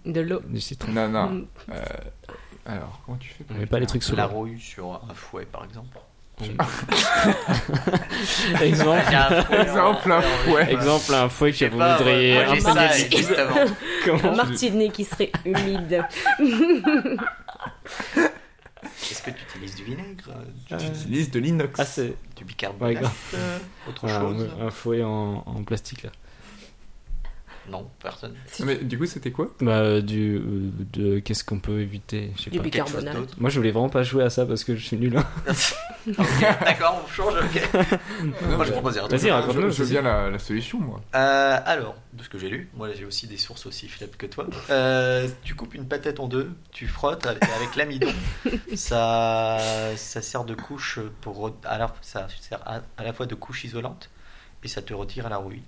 De l'eau. Du citron. Non, non. Mm. euh, alors, comment tu fais On met pas les trucs sous La la rouille sur un fouet, par exemple. Exemple, Exemple, Un fouet, un fouet. hein. exemple, un fouet que Je sais vous pas, voudriez moi, j'ai ça, impénétrer. justement. Comment Un martinet qui serait humide. Est-ce que tu utilises du vinaigre euh, Euh, J'utilise de l'inox. Ah, c'est Du Ouais, bicarbonate grave. Ah, euh, Autre un, chose un fouet en, en plastique là. Non, personne. Non, mais du coup, c'était quoi Bah, euh, du. euh, de, Qu'est-ce qu'on peut éviter Je sais Du pas. bic- Quelque chose Bicarbonate. d'autre Ah, Moi, je voulais vraiment pas jouer à ça parce que je suis nul. hein. Ok, D'accord, on change. ok. Moi, je proposais un truc. Vas-y, raconte-nous, Je, je veux bien vas-y. la, la solution, moi. Euh, alors, de ce que j'ai lu, moi j'ai aussi des sources aussi fiables que toi. Euh, tu coupes une patate en deux, tu frottes avec, avec l'amidon. ça, ça sert de couche pour à la, ça sert à, à la fois de couche isolante et ça te retire à la rouille.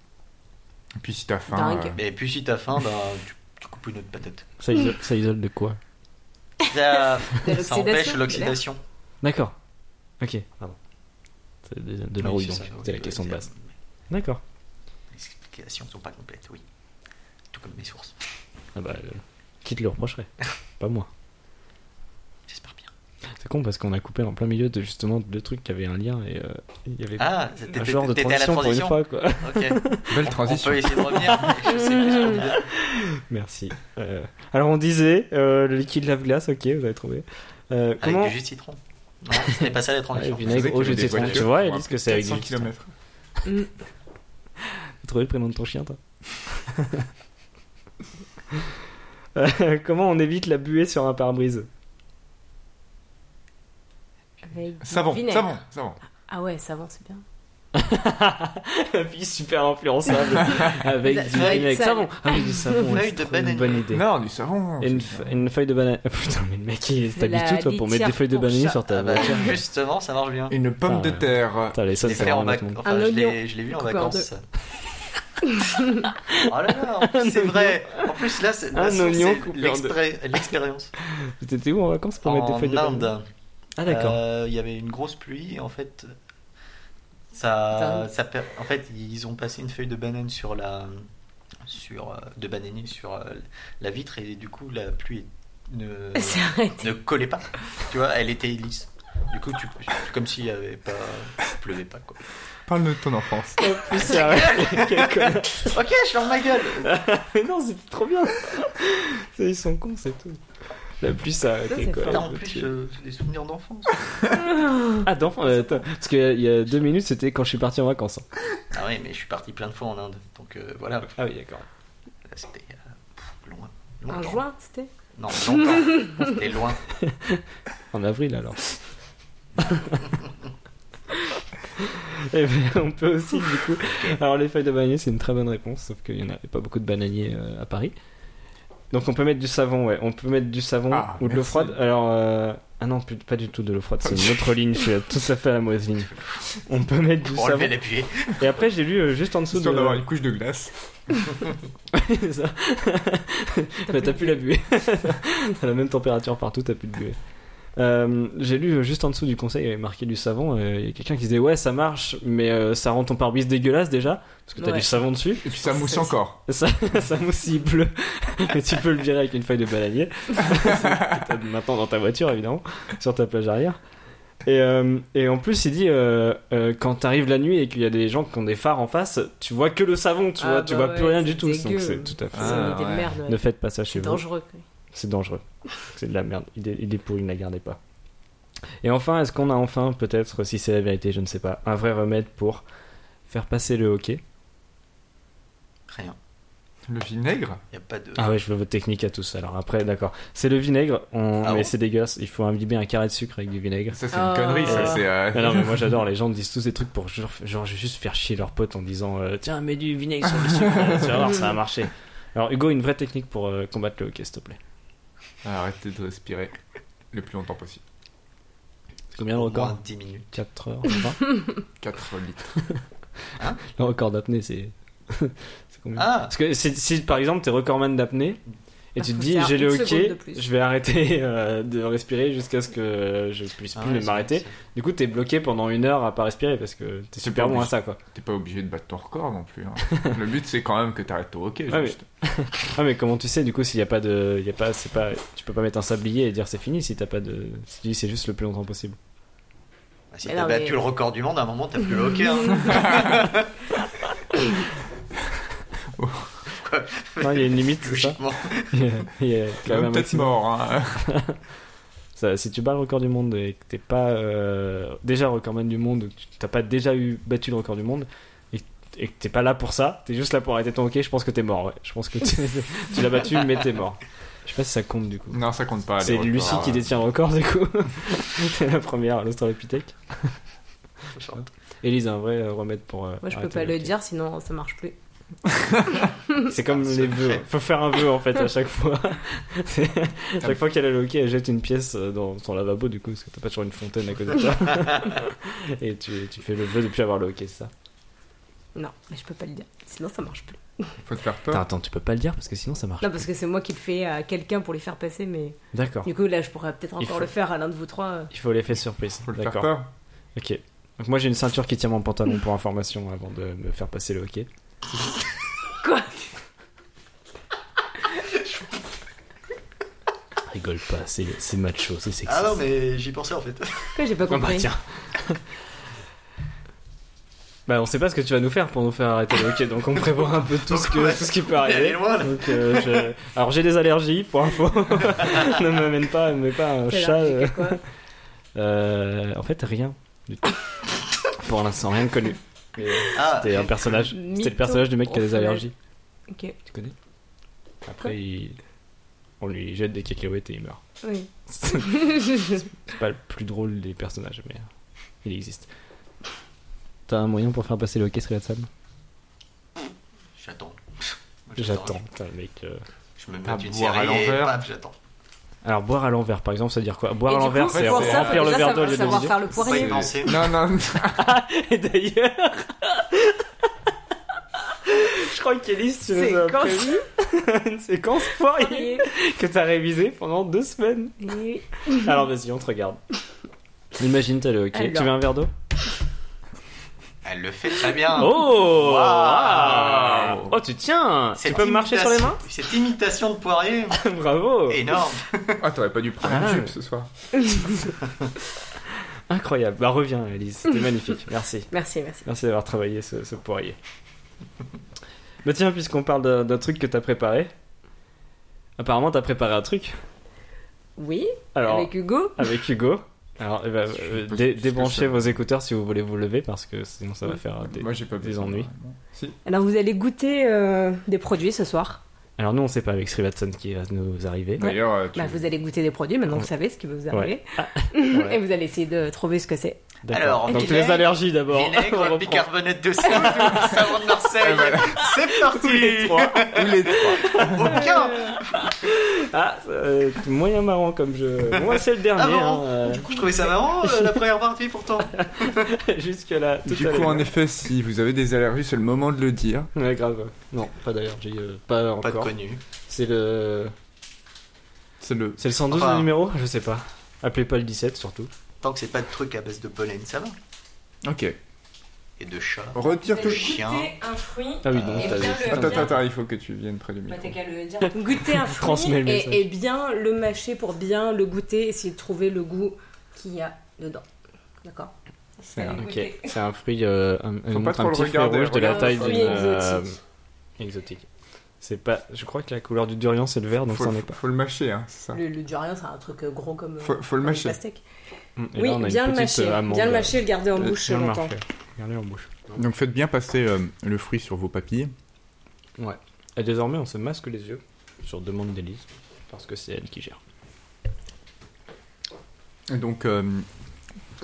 Et puis, si t'as faim. Dingue. Et puis si t'as faim, bah, tu, tu coupes une autre patate. Ça isole, ça isole de quoi Ça, De ça l'oxydation, empêche l'oxydation. D'accord. Ok, pardon. C'est de, de la Oui, rouille donc. c'est ça, C'est oui, la question de c'est- base. D'accord. Les explications sont pas complètes, oui. Tout comme mes sources. Ah bah, euh, qui te le reprocherait Pas moi. J'espère bien. C'est con parce qu'on a coupé en plein milieu de justement deux trucs qui avaient un lien et euh, il y avait Ah, un t'étais genre de t'étais à la transition pour une transition. fois quoi. Ok. euh, Belle On- transition. On peut essayer de revenir. mais Je sais plus ce qu'on disait. Merci. Euh, alors on disait euh, le liquide lave-glace, ok, vous avez trouvé. Euh, Avec comment du jus de citron. Non, c'était pas ça la Ouais, transition. vinaigre au jus de citron. Tu vois, ils disent que c'est avec du jus de citron. km. Mm. T'as trouvé le prénom de ton chien, toi Euh, Comment on évite la buée sur un pare-brise Avec du Savon, vinaigre. savon, savon. Ah ouais, savon, c'est bien. La fille super influençable avec Avec du du vinaigre. savon. savon. Avec du savon. Feuille c'est de trop une banane. bonne idée. Non, du savon. Et une, c'est fe- bien. une feuille de banane. Oh Putain, mais le mec, il t'habille la tout, toi, pour mettre des litière feuilles de pour banane chat. sur ta Ah bah, voiture. justement, ça marche bien. Une pomme de Putain, terre. Putain, les Je ça, l'ai c'est fait en vraiment vac- vachement. enfin, Un je l'ai oignon. je l'ai vu en Coupé en vacances. oh là là, en plus, c'est vrai. En plus, là, c'est Un la source, oignon c'est coupé en deux. l'expré- l'expérience. T'étais où en vacances pour mettre des feuilles En de banane Inde, Ah, d'accord. euh, il y avait une grosse pluie. et En fait, ça, Dingue. ça per- en fait, ils ont passé une feuille de banane sur la, sur, euh, de bananier sur euh, la vitre et du coup, la pluie ne, C'est arrêté. ne collait pas. Tu vois, elle était lisse. Du coup, tu, tu- comme s'il y avait pas, il pleuvait pas quoi. Parle de ton enfance. Euh, Oh, plus sérieux. Quel connard. Ok, je ferme ma gueule. Mais non, c'était trop bien. Ça, Ils sont cons, c'est tout. La pluie, ça a arrêté, c'est quoi. fort. Putain, en plus, euh, c'est des souvenirs d'enfance. Ah, non, euh, attends, parce qu'il y a deux minutes, c'était quand je suis parti en vacances. hein. Ah oui, mais je suis parti plein de fois en Inde, donc euh, voilà. Là, Ah oui, d'accord. C'était euh, pff, loin. Un Longtemps. joint, c'était Non, longtemps. C'était loin. En avril, alors. Et Eh ben, on peut aussi, du coup. Alors, les feuilles de bananier, c'est une très bonne réponse, sauf qu'il n'y en avait pas beaucoup de bananiers euh, à Paris. Donc, on peut mettre du savon, ouais. On peut mettre du savon Ah, ou de l'eau merci. froide. Alors, euh, ah non, plus- pas du tout de l'eau froide, c'est une autre ligne, je suis tout à fait à la mauvaise ligne. On peut mettre du Pour enlever savon. l'appui. Et après, j'ai lu euh, juste en dessous Histoire de. d'avoir une couche de glace. C'est ça. Bah, T'as plus la buée. T'as la même température partout, t'as plus de buée. Euh, J'ai lu euh, juste en dessous du conseil, il y avait marqué du savon. euh, Il y a quelqu'un qui disait Ouais, ça marche, mais euh, ça rend ton pare-brise dégueulasse déjà, parce que t'as Ouais. du savon dessus. Et puis ça mousse C'est- encore. Ça, ça mousse, il pleut. Mais tu peux le virer avec une feuille de bananier. T'as maintenant dans ta voiture, évidemment, sur ta plage arrière. Et, euh, et en plus, il dit euh, euh, quand t'arrives la nuit et qu'il y a des gens qui ont des phares en face, tu vois que le savon, tu Ah vois, tu bah vois ouais, plus rien c'est du tout. dégueu. Donc c'est tout à fait. C'est Ah, une idée de ouais. merde. ouais. Ne faites pas ça chez C'est vous. dangereux. quoi. C'est dangereux. C'est de la merde. Il est, il est pourri, ne la gardez pas. Et enfin, est-ce qu'on a enfin, peut-être, si c'est la vérité, je ne sais pas, un vrai remède pour faire passer le hockey Rien. Le vinaigre. Il a pas de. Ah ouais, je veux votre technique à tous. Alors après, d'accord. C'est le vinaigre, on... Ah mais bon c'est dégueulasse. Il faut imbiber un carré de sucre avec du vinaigre. Ça, c'est Ah. une connerie, ça. Euh, C'est. euh, Ah non, mais moi j'adore, les gens me disent tous des trucs pour genre, genre juste faire chier leurs potes en disant euh, Tiens, mets du vinaigre sur le sucre, tu vas voir, ça va marcher. Alors Hugo, une vraie technique pour euh, combattre le hockey, s'il te plaît. Arrêtez de respirer le plus longtemps possible. C'est combien le Au moins record 10 minutes. 4 heures, je crois. 4 litres. Le record d'apnée, c'est C'est combien Ah Parce que si, si, par exemple t'es recordman d'apnée et tu Ah, te faut dis faire j'ai le une seconde de hockey, plus. je vais arrêter euh, de respirer jusqu'à ce que je puisse Ah plus ouais, c'est- m'arrêter. c'est- Du coup t'es bloqué pendant une heure à pas respirer parce que t'es super pas bon à ça quoi. T'es pas obligé de battre ton record non plus. hein. le but, c'est quand même que t'arrêtes ton hockey. Ouais, juste. Ah mais comment tu sais du coup s'il y a pas de, y a pas, c'est pas, tu peux pas mettre un sablier et dire c'est fini si t'as pas de, si tu dis c'est juste le plus longtemps possible. Bah, si Mais t'as non, battu mais- le record du monde, à un moment t'as plus le hockey. hein. Non il y a une limite c'est ça. Logiquement. Il y a- il y a T'es quand même un même peut-être maximum. mort. hein. Ça, si tu bats le record du monde et que t'es pas euh, déjà recordman du monde, ou que tu- t'as pas déjà eu battu le record du monde et, et que t'es pas là pour ça, t'es juste là pour arrêter ton hockey, je pense que t'es mort. Ouais. Je pense que tu, tu l'as battu, mais t'es mort. Je sais pas si ça compte du coup. Non, ça compte pas. les C'est records, Lucie qui euh, détient le record du coup. C'est la première, l'Australopithèque. Élise, un vrai euh, remède pour. euh, Moi, je peux arrêter pas le hockey. dire, sinon ça marche plus. C'est comme Ah, les c'est vœux. vrai. Faut faire un vœu en fait à chaque fois. C'est- chaque fois qu'elle a le hockey, elle jette une pièce euh, dans son lavabo du coup, parce que t'as pas toujours une fontaine à côté de toi. Et tu, tu fais le vœu de plus avoir le hockey, c'est ça Non, mais je peux pas le dire, sinon ça marche plus. Faut te faire Attends, peur. attends, tu peux pas le dire parce que sinon ça marche. Non, parce que c'est moi qui le fais à quelqu'un pour les faire passer, mais D'accord. du coup, là, je pourrais peut-être Il encore faut- le faire à l'un de vous trois. euh. Il faut l'effet surprise. Faut le faire D'accord. peur. Ok. Donc moi j'ai une ceinture qui tient mon pantalon pour information avant de me faire passer le hockey. Quoi Rigole pas, c'est c'est macho, c'est sexy. Ah non, mais j'y pensais en fait. Quoi, j'ai pas Bon, bah, compris. tiens. bah on sait pas ce que tu vas nous faire pour nous faire arrêter le hockey, donc on prévoit un peu tout ce, Donc, on va- que, tout ce qui peut on va y aller arriver. loin, là. Donc, euh, je- Alors j'ai des allergies, pour info. ne m'amène pas, ne mets pas un T'es chat. euh, allergique à quoi euh, en fait rien. du tout. pour l'instant rien de connu. Mais, euh, Ah, C'était un personnage. C'était le mytho, personnage du mec qui a des orphelin. allergies. Ok, Tu connais Après il- on lui jette des cacahuètes et il meurt. oui. C'est pas le plus drôle des personnages, mais il existe. T'as un moyen pour faire passer le hockey sur la table j'attends. Moi, J'attends, putain, le mec. euh. Je me Ah, mets une boire série à et l'envers. paf, j'attends. Alors, boire à l'envers, par exemple, ça veut dire quoi Boire Et à du l'envers, coup, c'est pour ça, faut remplir le déjà verre d'eau au lieu de le savoir vider. faire le poirier. Pas y penser. Non, non, Et d'ailleurs. Je crois qu'Élise, tu nous as Séquence. prévu une séquence poirier Poirier. que t'as révisée pendant deux semaines. Et oui. Alors, vas-y, on te regarde. Imagine, t'as le hockey. Alors. Tu veux un verre d'eau Elle le fait très bien. Oh Waouh Oh, tu tiens Tu Cette peux marcher sur les mains Oh. imitation- Cette imitation de Poirier, Bravo énorme. Ah, t'aurais pas dû prendre Ah. une jupe ce soir. Incroyable. Bah, reviens, Elise. C'était magnifique. Merci. Merci, merci. Merci d'avoir travaillé ce, ce poirier. bah, tiens, puisqu'on parle d'un- d'un truc que t'as préparé. Apparemment, t'as préparé un truc. Oui, Alors, avec, avec Hugo. Hugo. Alors, eh ben, Je euh, sais pas dé- ce que débranchez c'est. vos écouteurs si vous voulez vous lever parce que sinon ça va faire des. Moi, j'ai pas bu des ça, ennuis. normalement. Si. Alors, vous allez goûter euh, des produits ce soir. Alors, nous, on sait pas avec Srivatsan qui va nous arriver. D'ailleurs, euh, tu- Bah, vous allez goûter des produits, maintenant Ouais. vous savez ce qui va vous arriver. Ouais. Et vous allez essayer de trouver ce que c'est. D'accord. Alors, donc vinaigre, les allergies d'abord. On Vinaigre, reprend. bicarbonate de soude, savon de Marseille. C'est Les parti. trois. Aucun. Ah, euh, moyen marrant comme jeu. Moi, c'est le dernier. Ah bon hein, euh, Du coup, je trouvais ça marrant euh, la première partie pourtant. Jusque-là, tout Du allait coup, en bien. effet, si vous avez des allergies, c'est le moment de le dire. Ouais, grave. Non, pas d'allergie, euh, pas Pas de encore. connu. C'est le. C'est le. C'est le 112 Enfin. le numéro Je sais pas. Appelez pas le 17 surtout. Tant que c'est pas de trucs à base de pollen, ça va. Ok. Et de chat. Oh, Retire tout. allez chien. goûter un fruit. Ah oui, donc Et t'as bien le- Attends, attends, attends, il faut que tu viennes près du micro. Bah, le dire. Goûter un fruit Transmets le message. et, et bien le mâcher pour bien le goûter, essayer de trouver le goût qu'il y a dedans. D'accord C'est un- Allez. Ok, Goûter. c'est un fruit, euh, un, Faut un- pas un trop le petit fruit regarder, rouge de la regarde. taille Un fruit d'une euh, exotique. exotique. C'est pas, je crois que la couleur du durian c'est le vert, donc Faut, ça n'est pas. faut le mâcher, hein, c'est ça. Le, le durian, c'est un truc euh, gros comme, euh, Faut, faut comme le une mâcher. pastèque. Et oui, là, on a une bien le petite, mâcher. euh, amande, Bien le mâcher, le garder en euh, bouche bien longtemps. marquée. Regardez en bouche. Donc faites bien passer euh, le fruit sur vos papilles. Et désormais, on se masque les yeux sur demande d'Élise parce que c'est elle qui gère. Et donc, euh,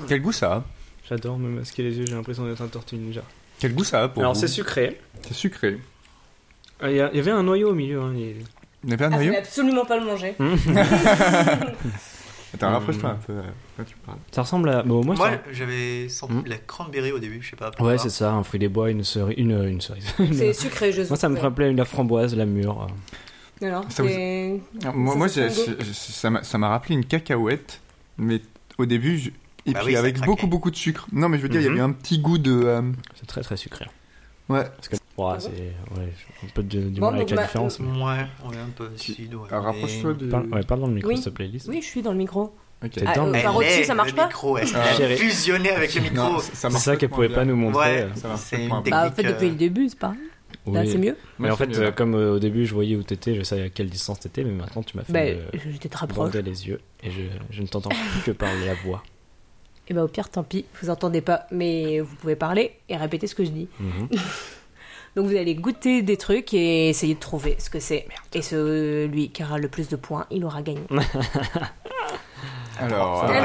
quel goût ça a J'adore me masquer les yeux, j'ai l'impression d'être un tortue ninja. Quel goût ça a pour Alors vous c'est sucré. C'est sucré. Ah, Il y, a- il y avait un noyau au milieu. hein, il- Il y avait un Ah, faut noyau absolument pas le manger. Attends, Hum. rapproche-toi un peu. euh, Là, tu parles. Ça ressemble à. Bon, au moins, Moi, ça- j'avais senti Hmm. de la cranberry au début, je sais pas. pourquoi. Ouais, c'est ça, un fruit des bois, une cerise. Une, euh, une cerise. C'est sucré, je Moi, ça me ouais. rappelait la framboise, la mûre. euh. Alors, Ça vous- c'est- Moi, Ça, moi, c'est j'ai- Congo. j'ai- j'ai- ça m'a- ça m'a rappelé une cacahuète, mais au début, je- et Bah puis oui, ça avec craquait. beaucoup, beaucoup de sucre. Non, mais je veux dire, il Mhm. y avait un petit goût de. euh, C'est très très sucré. Ouais. Parce Ah que. Ouais, c'est. Ouais, j'ai un peu de- du Bon, mal avec donc, la bah, différence. mais- Ouais, on est un peu acide. Ouais. Alors, Rapproche-toi Mais- du. Parle, ouais, parle dans le micro, Oui. s'il te plaît, Elise. Oui, je suis dans le micro. Ok. T'es Ah, dedans, euh, mais- Elle par au-dessus, est, ça marche le pas micro, elle Ah. a fusionné avec le micro. Non, ça C'est marche ça qu'elle complètement pouvait bien. pas nous montrer. Ouais. euh, Ça marche C'est une complètement bien. technique. Bah, en fait, euh, depuis le début, c'est pas. Là, oui. Bah, c'est mieux. Mais en Moi, fait, c'est mieux, euh, là. comme euh, au début, je voyais où t'étais, je savais à quelle distance t'étais, mais maintenant tu m'as fait Bah, me je- j'étais très proche. bander les yeux et je, je ne t'entends plus que par la voix. Et bah, au pire, tant pis, vous entendez pas, mais vous pouvez parler et répéter ce que je dis. Mhm. Donc, vous allez goûter des trucs et essayer de trouver ce que c'est. Et celui qui aura le plus de points, il aura gagné. Alors, Ah, Ça euh, va.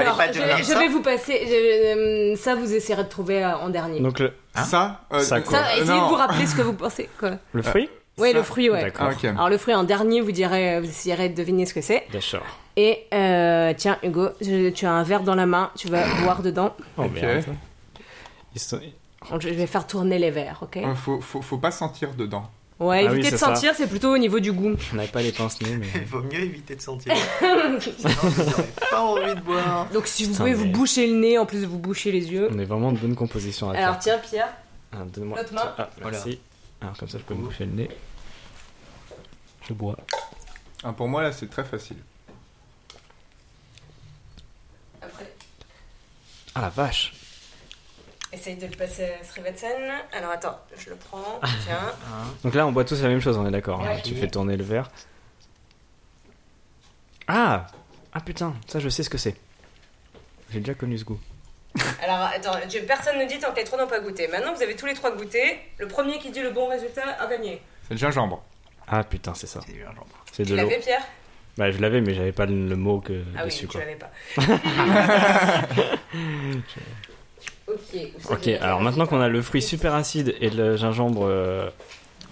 Alors, fallait pas je, dire je ça. vais vous passer. je- euh, ça, vous essayerez de trouver euh, en dernier. Donc le, ça, euh, Ça, quoi. ça, euh, essayez de non. vous rappeler ce que vous pensez. Quoi. le fruit Ouais, ça. le fruit, ouais. D'accord. Ah, ok. Alors, le fruit en dernier, vous, direz, euh, vous essayerez de deviner ce que c'est. D'accord. Et euh, tiens, Hugo, je- tu as un verre dans la main, tu vas boire dedans. Oh Ok. merde. Ils sont- Donc, Je vais faire tourner les verres, ok Euh, faut, faut, faut pas sentir dedans. Ouais, Ah oui, éviter c'est de ça. sentir, c'est plutôt au niveau du goût. On n'avait pas les pinces nez, mais. Il vaut mieux éviter de sentir. Sinon, vous n'aurez pas envie de boire. Donc si vous Putain, pouvez mais- vous boucher le nez, en plus de vous boucher les yeux. On est vraiment de bonne composition à Alors faire. tiens, Pierre, Ah, Donne-moi. l'autre main. Ah, merci. Alors comme ça, je peux me boucher le nez. Je bois. Ah, pour moi, là, c'est très facile. après, Ah la vache essaye de le passer à Srivatsan. Alors attends, je le prends, tiens. Donc là, on boit tous la même chose, on est d'accord. hein. Ouais. Tu fais tourner le verre. Ah Ah putain, ça je sais ce que c'est. J'ai déjà connu ce goût. Alors attends, je- personne ne dit tant que les trois n'ont pas goûté. Maintenant, vous avez tous les trois goûté. Le premier qui dit le bon résultat a gagné. C'est le gingembre. Ah putain, c'est ça. C'est du gingembre. C'est de Tu l'eau. l'avais, Pierre Bah je l'avais, mais j'avais pas le, le mot que Ah dessus oui, tu quoi. l'avais pas. ok. Ok, alors maintenant qu'on a le fruit super acide et le gingembre euh,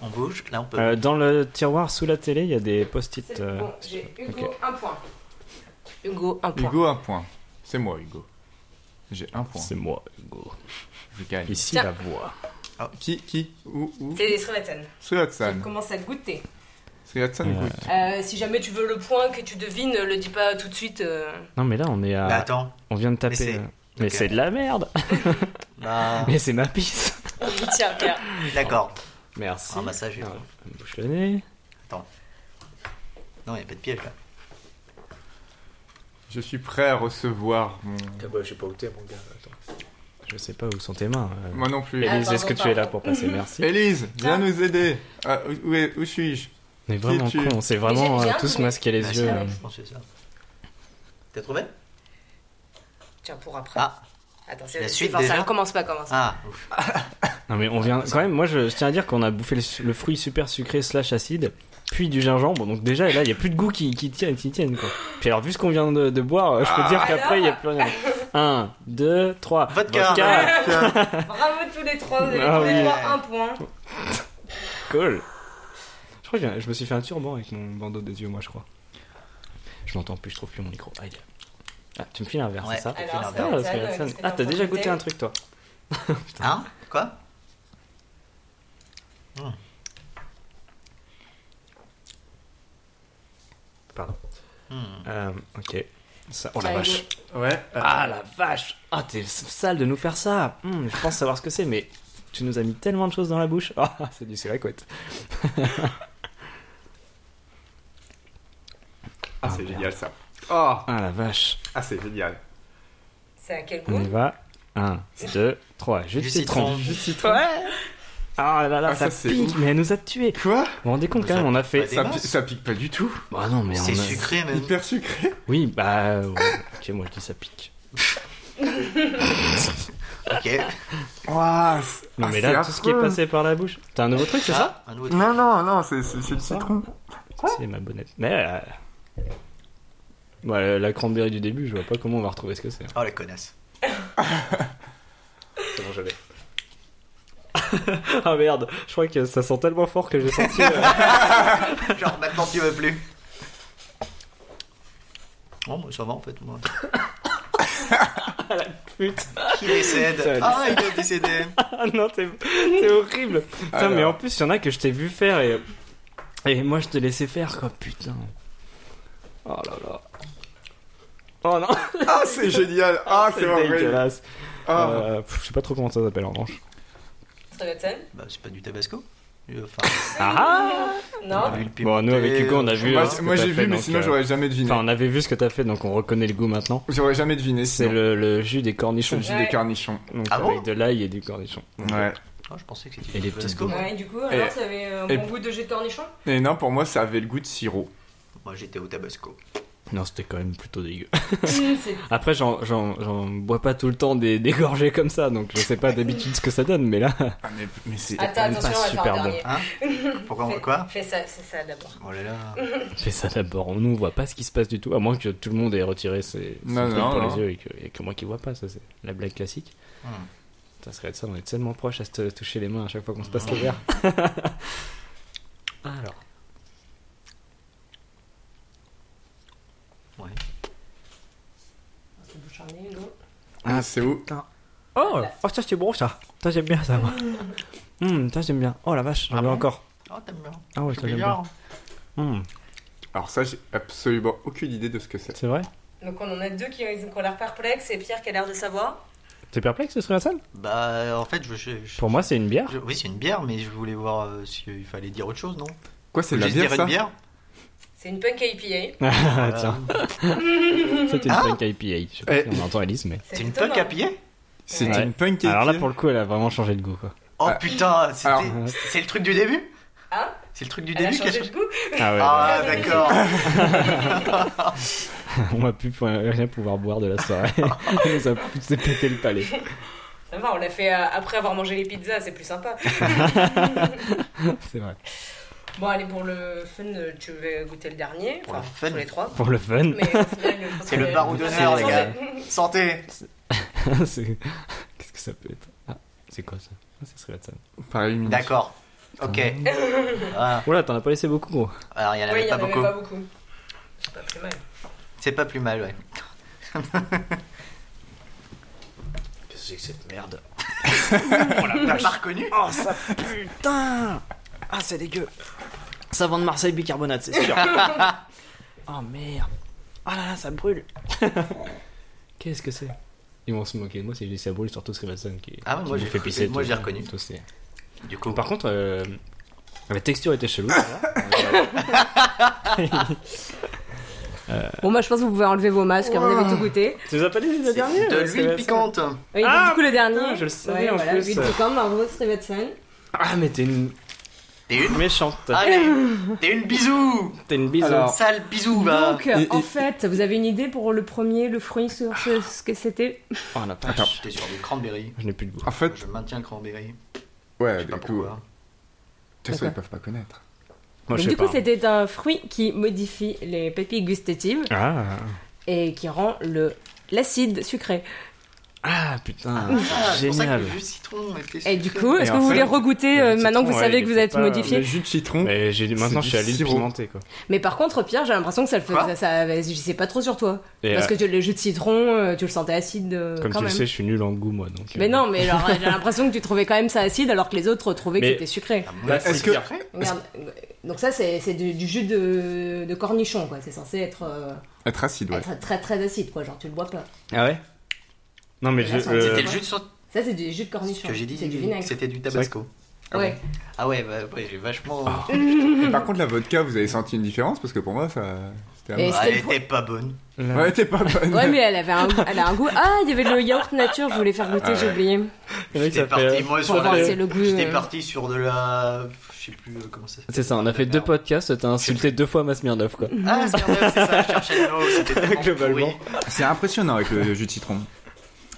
On bouge, là on peut. euh, dans le tiroir sous la télé, il y a des post-it. C'est euh, bon, j'ai Hugo, ok. un point. Hugo, un point. Hugo, un point. C'est moi, Hugo. J'ai un point. C'est moi, Hugo. Je gagne. Ici Tiens. la voix. Qui Qui Où Où C'est des Srevetan. Srivatsan. Tu commences à goûter. Srivatsan Euh, goûte. Euh, si jamais tu veux le point que tu devines, le dis pas tout de suite. euh. Non mais là on est à. Bah attends. on vient de taper. c'est- euh, Mais Ok. c'est de la merde Bah, Mais c'est ma pisse Tiens, Pierre. Ah. d'accord. Merci. Un massage et Ah, tout. je me bouche le nez. Non, il n'y a pas de piège là. Je suis prêt à recevoir mon... je sais pas où t'es, mon gars. Je sais pas où sont tes mains. euh. Moi non plus. Ah, Élise, est-ce que pardon, tu es là pardon. pour passer Merci. Élise, viens nous aider. Ah, où- où est- où suis-je On est vraiment Qui es-tu con, on s'est vraiment Mais j'ai- j'ai euh, un tous truc. masqué les Bah, yeux. c'est- euh. Je pense que c'est ça. T'as trouvé Tiens, pour après. Ah, Attends, c'est La c'est suite, pas déjà ça. Commence pas, commence. ah, ouf. Non mais on vient. Quand même, moi je, je tiens à dire qu'on a bouffé le, su- le fruit super sucré slash acide, puis du gingembre. Donc déjà là, il y a plus de goût qui, qui tient, qui tienne quoi. Puis alors vu ce qu'on vient de, de boire, euh, je Ah. peux dire qu'après il y a plus rien. 1, 2, 3. Vodka. Bravo tous les trois, vous avez Ah tous les oui. trois un point. Cool. Je crois que j'ai- je me suis fait un turban avec mon bandeau des yeux, moi je crois. Je m'entends plus, je trouve plus mon micro. Aïe. Ah, tu me files un verre, Ouais. c'est ça Ah, Alors, c'est Ah, Srevetan, c'est la euh, scène. qu'est-ce que Ah, t'as déjà pensé goûté un truc toi Hein Quoi Pardon. Hmm. Euh, ok. Ça, oh Ah, la vache. Hugo. Ouais. Ah la vache Ah t'es sale de nous faire ça Hum, Je pense savoir ce que c'est, mais tu nous as mis tellement de choses dans la bouche. Ah, c'est du siracouette. Ah, Ah, c'est merde. génial, ça. Oh, Ah la vache. ah, c'est génial. C'est à quel On y goût va. 1, 2, 3. Jus de citron. Ouais Ah là là, Ah, ça, ça, c'est pique, ouf. mais elle nous a tués. Vous Quoi vous rendez compte Ça quand même, on a pas fait... des- ça, mince. pi- ça pique pas du tout. Bah non, mais on C'est a... sucré même. Hyper sucré. Oui, bah... euh, ouais. ok, moi je dis ça pique. Ok. Waouh. Non mais là, tout ce qui est passé par la bouche... T'as un nouveau truc, c'est ça Ah, un nouveau truc. Non, non, non, c'est c'est- c'est le Ça. citron. Ça, C'est ma bonnette. Mais... euh, ouais, la- la cranberry du début, je vois pas comment on va retrouver ce que c'est. hein. Oh la connasse. C'est bon, je l'ai. ah merde, je crois que ça sent tellement fort que j'ai senti. euh, Genre maintenant tu veux plus. Non, moi, Oh, ça va en fait. Moi. Putain, Qui décède Ça va, Ah, il est décédé. Ah, non, t'es t'es horrible. Putain, Alors. mais en plus, il y en a que je t'ai vu faire et. Et moi, je te laissais faire, quoi, putain. Oh là là. Oh non, Ah, c'est génial Ah, c'est c'est horrible dégueulasse. Ah. Euh, pff, je sais pas trop comment ça s'appelle en revanche. Bah, c'est pas du tabasco. Euh, Enfin, Ah on a Non vu le Bon, nous, avec pimenté, Hugo, on a vu. Moi, euh, voilà. ce que moi, t'as j'ai fait, vu, mais donc, sinon euh, j'aurais jamais deviné. Enfin, on avait vu ce que t'as fait, donc on reconnaît le goût maintenant. J'aurais jamais deviné. C'est sinon. le, le jus des C'est cornichons. le jus Ouais. des carnichons. Donc Ah bon avec de l'ail et des cornichons. Ouais. Ah, je pensais que c'était Et du les petites tabasco. boules. moi. du coup, alors, ça avait un et- bon goût de jet de cornichon Et non, pour moi, ça avait le goût de sirop. Moi, j'étais au tabasco. Non, c'était quand même plutôt dégueu. Mm, C'est Après, j'en- j'en j'en bois pas tout le temps des, des gorgées comme ça, donc je sais pas d'habitude ce que ça donne, mais là, Ah, mais, mais c'est. Attends, même pas attention, on va faire super un bon. dernier. Pourquoi on Fais- quoi Fais ça, c'est ça d'abord. Oh là là. fais ça d'abord. Nous, on voit pas ce qui se passe du tout, à moins que tout le monde ait retiré ses, ses Non, trucs non, pour non. les yeux et que, et que moi qui vois pas, ça c'est la blague classique. Hmm. Ça serait ça, on est tellement proche à se toucher les mains à chaque fois qu'on se passe le verre. Alors. Ouais. C'est boucharné, non Ah, c'est où Oh, oh ça c'est bon ça. Ça j'aime bien ça, moi. Hum, ça j'aime bien. Oh la vache, j'en Ah veux bon encore. Oh, t'aimes bien. Ah ouais, C'est ça j'aime bien. bizarre. Hum, Alors, ça, j'ai absolument aucune idée de ce que c'est. c'est vrai Donc on en a deux qui, qui ont l'air perplexes et Pierre qui a l'air de savoir. T'es perplexe, ce serait la salle Bah, en fait, je. je- je- Pour moi, c'est une bière. je- oui, c'est une bière, mais je voulais voir euh, s'il fallait dire autre chose, non Quoi, c'est de la Juste bière, dire ça une bière C'est une punk IPA. Ah, Euh, tiens, c'était une Ah punk IPA. Je sais pas Eh. si on entend Elise, mais. C'est une punk à pied C'est Ouais. une punk Alors là, IPA. pour le coup, elle a vraiment changé de goût, quoi. Oh Ah. putain, c'était- Alors- c'est c'est le truc du début Hein C'est le truc du Elle a début changé qui a- de goût Ah ouais, Ah, Ouais, ouais. d'accord. on va plus pour- rien pouvoir boire de la soirée. Elle nous a poussé péter le palais. Ça va, on l'a fait euh, après avoir mangé les pizzas, c'est plus sympa. C'est vrai. bon, allez, pour le fun, euh, tu veux goûter le dernier Pour le Enfin, fun. tous les trois. Pour le fun, Mais au final, je pense C'est que- le barou d'honneur, C'est- les gars. Santé c'est- Qu'est-ce que ça peut être Ah, c'est quoi ça Ah, c'est serait la salle. Par élimination. D'accord. Ok. Ah, Oula, t'en as pas laissé beaucoup, gros. Alors, il n'y en Oui, avait il n'y pas en avait beaucoup. pas beaucoup. C'est pas plus mal. C'est pas plus mal, ouais. Qu'est-ce que c'est que cette merde On l'a pas reconnu Oh, ça putain Ah, c'est dégueu. Savon de Marseille bicarbonate, c'est sûr. oh merde. Ah là là, ça brûle. Qu'est-ce que c'est Ils vont se moquer de moi si je dis ça brûle, surtout Srivatsan qui, Ah ouais, qui me moi, j'ai fait reconnu- pisser. moi, tout- j'ai reconnu. tout c'est- Du coup, Par contre, euh, la texture était chelou. Bon, bah, je pense que vous pouvez enlever vos masques, on avait tout goûté. tu nous as pas dit le dernier hein, de l'huile piquante. Oui, Ah, du coup, le dernier. je le savais, en voilà, plus. Huile piquante, bravo, Strivatsan. Ah, mais t'es une T'es une méchante. Allez T'es une bisou T'es une bise. Alors- Sale bisou, Euh, va Donc, et- en et- fait, vous avez une idée pour le premier, le fruit, sur ce, ce que c'était Oh la Attends. vache. J'étais sur des cranberries. Je n'ai plus de goût. En fait, Je maintiens le cranberry. Je ouais, sais du pas coup, de pourquoi. toute façon, ils peuvent pas connaître. Moi, je Donc, sais Du coup, pas. c'était un fruit qui modifie les papilles gustatives Ah. et qui rend le l'acide sucré. ah, putain. Ah, c'est pour ça que Génial. le jus de citron était Et sucré. du coup, Et est-ce que en vous fait, voulez regoûter le euh, petit maintenant que vous citron, savez ouais, que il vous êtes était pas- Le modifié jus de citron. Mais j'ai C'est maintenant du je suis à l'huile sirop. pimentée quoi. Mais par contre, Pierre, j'ai l'impression que ça le Quoi faisait. Ça, ça- je sais pas trop sur toi. Et, Parce euh, que tu- le jus de citron, euh, tu le sentais acide euh, comme tu quand le même. sais, je suis nul en goût moi donc. mais euh, non, mais genre, j'ai l'impression que tu trouvais quand même ça acide alors que les autres trouvaient Mais- que c'était sucré. Ah, Bah, moi, est-ce c'est que- bien fait. Merde. Donc, ça, c'est c'est du, du jus de, de cornichon, quoi. C'est censé être, euh, Être acide, ouais. être très très acide, quoi. Genre, tu le bois pas. Ah ouais Non mais je. Là, ça, euh, C'était le jus de citron Ça, c'est du jus de ce cornichon. que j'ai Ah, C'est du dit. vinaigre. C'était du tabasco. Ah ouais. Ah ouais, bah, ouais, j'ai vachement. Et par contre, la vodka, vous avez senti une différence Parce que pour moi, ça. C'était Et- amer. Ah, c'était elle le pro- était pas bonne. la- Ouais, t'es pas bonne. Ouais, mais elle avait un, elle a un goût. Ah, il y avait le yaourt nature, je voulais faire goûter, Ah ouais. j'ai oublié. le mec, ça J'étais fait, parti, euh, moi, Pour sur voir la- si c'est le goût. J'étais euh, parti sur de la. Je sais plus euh, comment ça s'appelle. C'est ça, on a fait deux podcasts, t'as insulté deux fois ma Smirnoff quoi. Ah, c'est vrai, c'est ça, je cherchais le mot. C'était tellement Globalement. pourri. C'est impressionnant avec le jus de citron.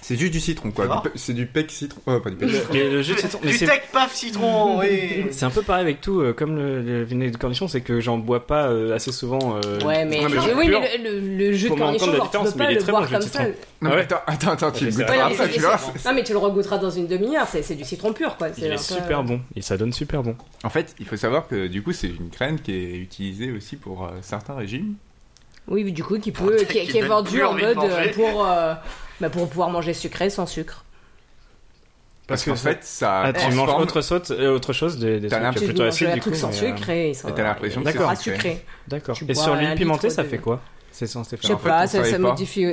C'est juste du citron, C'est quoi. vrai Du pe- C'est du pec citron. Oh, pas du pec citron. Mais le jus de citron, mais Du c'est- tech paf citron, oui. c'est un peu pareil avec tout, euh, comme le, le vinaigre de cornichon, c'est que j'en bois pas euh, assez souvent. euh, Ouais, mais, non, mais je- oui, pur. mais le, le- le jus de Pour me rendre cornichon, compte de la genre, tu différence, peux mais pas il est le très boire bon, le comme jus de ça. citron. Non, mais Ouais. attends, attends, attends, tu Ouais, le c'est goûteras Ah, vrai. après, Ouais, tu mais vois. c'est- Non, mais tu le regoûteras dans une demi-heure, c'est c'est du citron pur, quoi. Il est euh, super bon, et ça donne super bon. En fait, il faut savoir que du coup, c'est une crème qui est utilisée aussi pour euh, certains régimes. Oui, mais du coup, qui Pour peut, dire qui, qu'il qui est donne vendu plus en envie de mode euh, manger. pour, euh, bah, pour pouvoir manger sucré sans sucre. Parce qu'en que ça- fait, ça Ah, tu manges transforme- autre, sauce, euh, autre chose, des, des T'as trucs l'impression- Tu plutôt manges acides un du coup. truc sans mais, euh, sucre et ça et t'as l'impression que sera c'est sucré. Ah, sucré. D'accord. Tu Et bois sur un l'huile litre pimentée, ça de- fait quoi C'est censé Je En faire sais fait, on pas, ça, savait ça pas. modifie.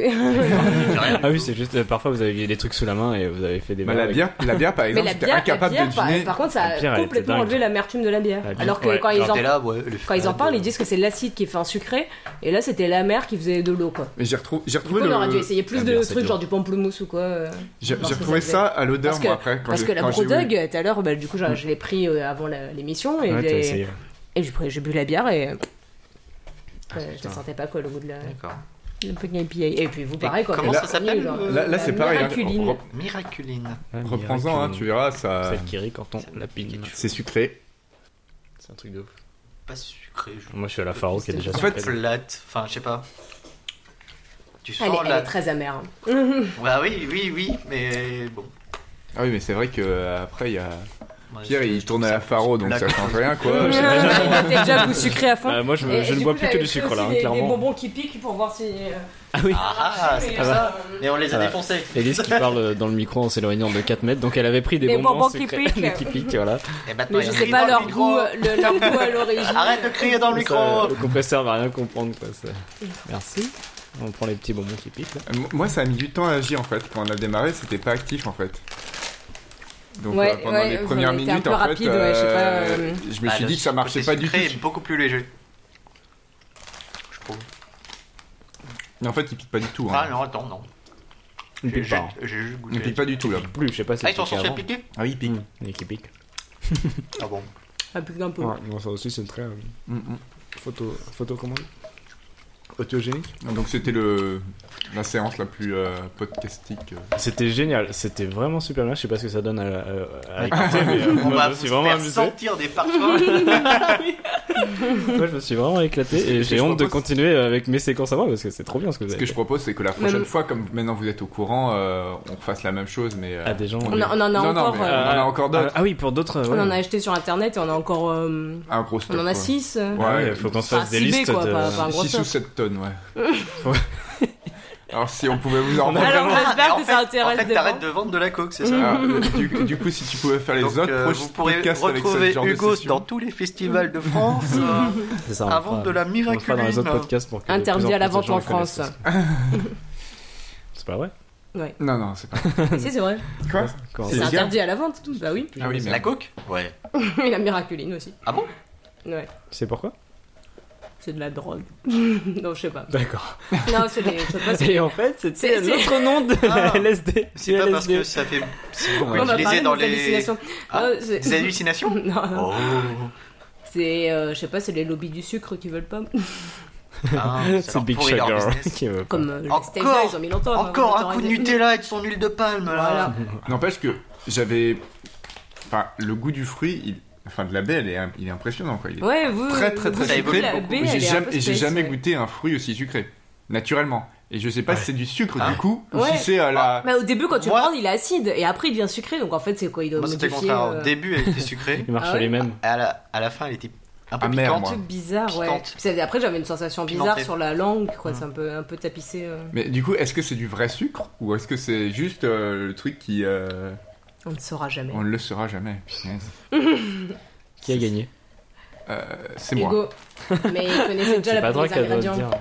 Ah oui, c'est juste, euh, parfois vous aviez des trucs sous la main et vous avez fait des Bah, verres la, avec- bière, la bière, par mais exemple, la j'étais bière, la incapable bière, de par, deviner. par contre, ça La bière, a elle était complètement dingue. enlevé l'amertume de la bière. La bière, Alors que ouais. quand, ils Alors, en, t'es là, ouais, le quand ils en fade, parlent, euh, ils disent que c'est l'acide qui fait un sucré. Et là, c'était l'amer qui faisait de l'eau, quoi. Mais j'ai retrou- j'ai Du coup, retrouvé on aurait dû le... essayer plus la de bière, c'est trucs dur. genre du pamplemousse ou quoi. euh. J'ai Parce j'ai que retrouvé ça ça à l'odeur, Parce que- moi, après. Quand Parce j'ai- que la quand j'ai eu- Brodug, euh, tout à l'heure, bah, du coup, j'en- je l'ai pris euh, avant la- l'émission et Mm. Ouais, t'as j'ai- essayé. et j'ai pris- j'ai bu la bière et. euh, euh, je putain. ne sentais pas quoi le goût de la. D'accord. Le peu Et puis vous, pareil, quoi. comment quand ça on est, s'appelle, genre, euh, Là, là, c'est la pareil. hein. miraculine. Rep- Miraculine. euh, Ah, Reprends-en, hein, miracle. tu verras, ça... Celle qui rit quand on la pigne. c'est sucré. C'est un truc de ouf. Pas sucré. Je... Moi, je suis à la Faro qui est déjà En fait, sucrée. plate. Enfin, je sais pas. Tu Elle, est, sens elle la. est très amère. hein. Bah oui, oui, oui, mais bon. Ah oui, mais c'est vrai que euh, après il y a... Moi, Pierre, je- il je tourne à trouve la Faro, donc blague. ça change rien, Oh, quoi. Il était déjà goût sucré à fond. Bah, moi, je, Et- je et ne du bois coup, plus que j'avais du pris sucre aussi là, hein, des- Des clairement. bonbons qui piquent pour voir si. euh, Ah oui. Ah, ah, c'est mais, pour euh, ça. Mais on les a Ah. défoncés. Élise qui parle euh, dans le micro en s'éloignant de 4 mètres, donc elle avait pris des Des bonbons, bonbons qui secrets, piquent. qui piquent, voilà. Et maintenant, Mais je ils sais crient pas dans leur le goût, micro. euh, le- leur goût à l'origine. Arrête de crier dans le Ça, euh, micro. le compresseur va rien comprendre, quoi. ça. Merci. On prend les petits bonbons qui piquent. là. Euh, Moi, ça a mis du temps à agir en fait. Quand on a démarré, c'était pas actif en fait. Donc Ouais, euh, pendant ouais, les vous en premières avez été un minutes, peu en fait, rapide, ouais, je sais pas, euh. je me Ah, suis le dit que ça marchait côté pas du tout. sucré est beaucoup plus léger. Je trouve. Mais en fait, il pique pas du tout. Ah Hein. non, attends, non. Ils J'ai piquent pas. hein. juste- j'ai juste goûté. Il pique pas du tout là. Plus, je sais pas si Ah, ils sont piqué censés avant. piquer Ah oui, il pique. Mmh, Et qui piquent. Ah bon. Un peu d'un peu. Ouais, bon, ça aussi, c'est très euh, Mmh, photo, photo comment Autogénique mmh. Donc c'était le la séance la plus euh, podcastique. euh. C'était génial, c'était vraiment super bien. Je sais pas ce que ça donne à, à- à écouter, mais euh, On moi, je va vous me suis vraiment faire amusé. sentir des parfums. Moi, je me suis vraiment éclaté et que j'ai je honte de propose- continuer avec mes séquences à moi parce que c'est trop bien ce que vous Ce avez. que je propose, c'est que la prochaine Même- fois, comme maintenant vous êtes au courant, euh, on fasse la même chose, mais euh, À des gens. On, euh, en- on en a Non, non, encore. mais, euh, euh, on en a encore d'autres. Ah, ah oui, pour d'autres. On ouais. en a acheté sur internet et on a encore. euh, un gros stock. on en quoi. a euh. 6. Ah Ouais, ouais, faut qu'on se enfin, fasse des ciblé, listes. quoi, de- pas- pas- un gros 6 ou stock. 7 tonnes, ouais. Alors si on pouvait vous en On a- rendre Alors vraiment- j'espère En que fait- ça intéresse En fait, des gens. t'arrêtes de vendre de la coke, c'est ça Ah, euh, du, du coup, si tu pouvais faire les Donc, autres euh, proches vous pourrez podcasts avec retrouver ce genre Hugo de session. dans tous les festivals de France euh, C'est ça, on avant fera- de la On le fera dans les autres miraculine. podcasts pour que de Interdit plus en à la plus de vente gens en le connaissent France. aussi. C'est pas vrai Non, non, c'est pas. si, c'est vrai. Quoi Comment C'est C'est ça bien. interdit à la vente. Bah oui. Ah oui, mais La coke Ouais. Et la miraculine aussi. Ah bon Ouais. C'est pourquoi C'est de la drogue. non, je sais pas. D'accord. Non, c'est des. Je sais pas. c'est- Et en fait, C'est- c'était c'est- l'autre nom de la Ah. LSD. C'est pas parce que ça fait c'est beaucoup On va utilisé parler dans des les hallucinations. Ah, Non, c'est- des hallucinations. Non, non. Oh. C'est, euh, je sais pas, c'est les lobbies du sucre qui veulent pas. Ah, ça C'est leur Big pourrit leur Sugar. business. qui veut pas. Comme euh, les Encore- Stevia, ils ont mis longtemps. avant de Encore un coup de t'arrêter. Nutella et de son huile de palme. là. Voilà. N'empêche que j'avais. Enfin, le goût du fruit, il- enfin, de la baie, elle est, il est impressionnant, quoi. Il est- Ouais, vous. Très, très, très vous- sucré. la Beaucoup. baie, J'ai elle est un jamais, peu et j'ai space, jamais ouais. goûté un fruit aussi sucré, naturellement. Et je sais pas si c'est du sucre Ah. du coup, ou Ouais. si c'est à la. Mais au début, quand tu Moi- le prends, il est acide et après il devient sucré. Donc en fait, c'est quoi Il doit Moi, c'était le modifier. contraire. euh, Au début, elle était sucrée. Ils marchent Ah sur les ouais mêmes. À la, à la fin, elle était un peu Amère, piquante. moi. Un truc bizarre, ouais. Piquante. Puis ça- après, j'avais une sensation bizarre Pimentée. sur la langue, quoi. C'est un peu, un peu tapissé. euh. Mais du coup, est-ce que c'est du vrai sucre ou est-ce que c'est juste euh, le truc qui. euh, On ne saura jamais. On ne le saura jamais. punaise. Qui a gagné Euh, c'est moi. Hugo, mais il connaissait déjà C'est la pas plupart toi des qui a le droit de ingrédients. dire.